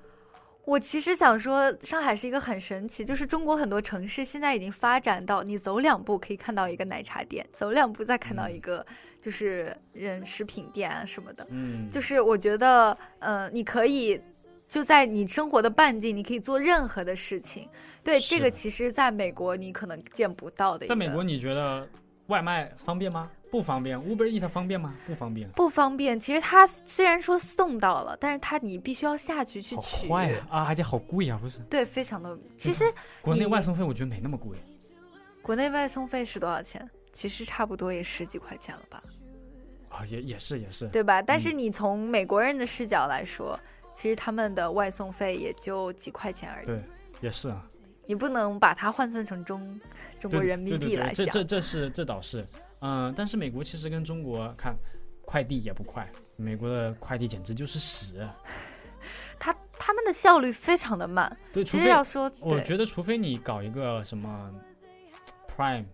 我其实想说，上海是一个很神奇，就是中国很多城市现在已经发展到你走两步可以看到一个奶茶店，走两步再看到一个就是嗯食品店啊什么的。
嗯，
就是我觉得，呃，你可以就在你生活的半径，你可以做任何的事情。对，
是
这个
的
其实在美国你可能见不到的一个。
在美国，你觉得外卖方便吗？不方便。Uber Eat 方便吗？不方便。
不方便。其实它虽然说送到了，但是它你必须要下去去
好啊
取。
快呀！啊，而且好贵呀，不是？
对，非常的。其实
国内
你
外送费我觉得没那么贵，
国内外送费是多少钱？其实差不多也十几块钱了吧，
啊，也也是也是，
对吧？但
嗯
是你从美国人的视角来说，其实他们的外送费也就几块钱而已，
对，也是啊，
你不能把它换算成中中国
对
人民
对对
币
对
来
这
想。
这这是这倒是，嗯、但是美国其实跟中国看快递也不快，美国的快递简直就是屎，啊
他他们的效率非常的慢，
对，除
其实
非
要说
我
对
觉得，除非你搞一个什么 Prime，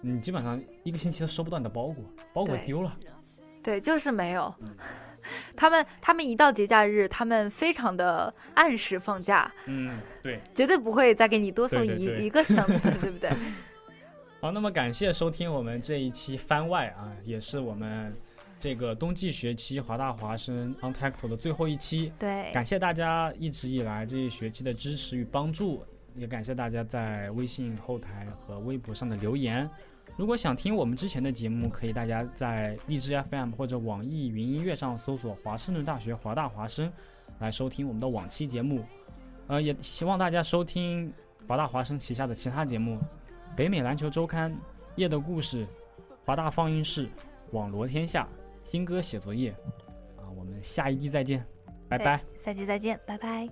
你基本上一个星期都收不到你的包裹，包裹
对
丢了。
对，就是没有。
嗯
他们他们一到节假日，他们非常的按时放假，
嗯，对。
绝对不会再给你多送一
对对对
一个箱子，对不对？
好，那么感谢收听我们这一期番外啊，也是我们这个冬季学期华大华生 o n t a c t 的最后一期。
对，
感谢大家一直以来这一学期的支持与帮助，也感谢大家在微信后台和微博上的留言。如果想听我们之前的节目，可以大家在荔枝 FM 或者网易云音乐上搜索“华盛顿大学华大华声”来收听我们的往期节目。呃，也希望大家收听华大华声旗下的其他节目，《北美篮球周刊》、《夜的故事》、《华大放映室》、《网罗天下》、《听歌写作业》。啊，我们下一季再见，拜拜。
对，下期再见，拜拜。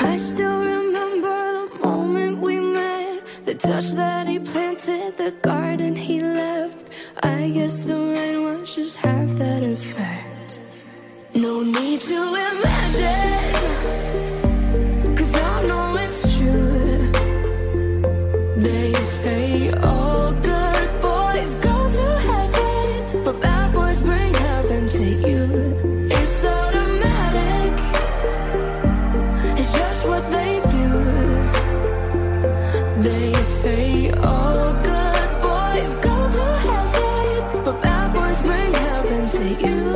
I still remember the moment we met, the touch that he planted, the garden he left. I guess the rain was just half that effect. No need to imagine, cause I know it's true. They say all good boys go to heaven, but bad boys bring heaven to you. It's automatic. It's just what they do. They say all good boys go to heaven, but bad boys bring heaven to you.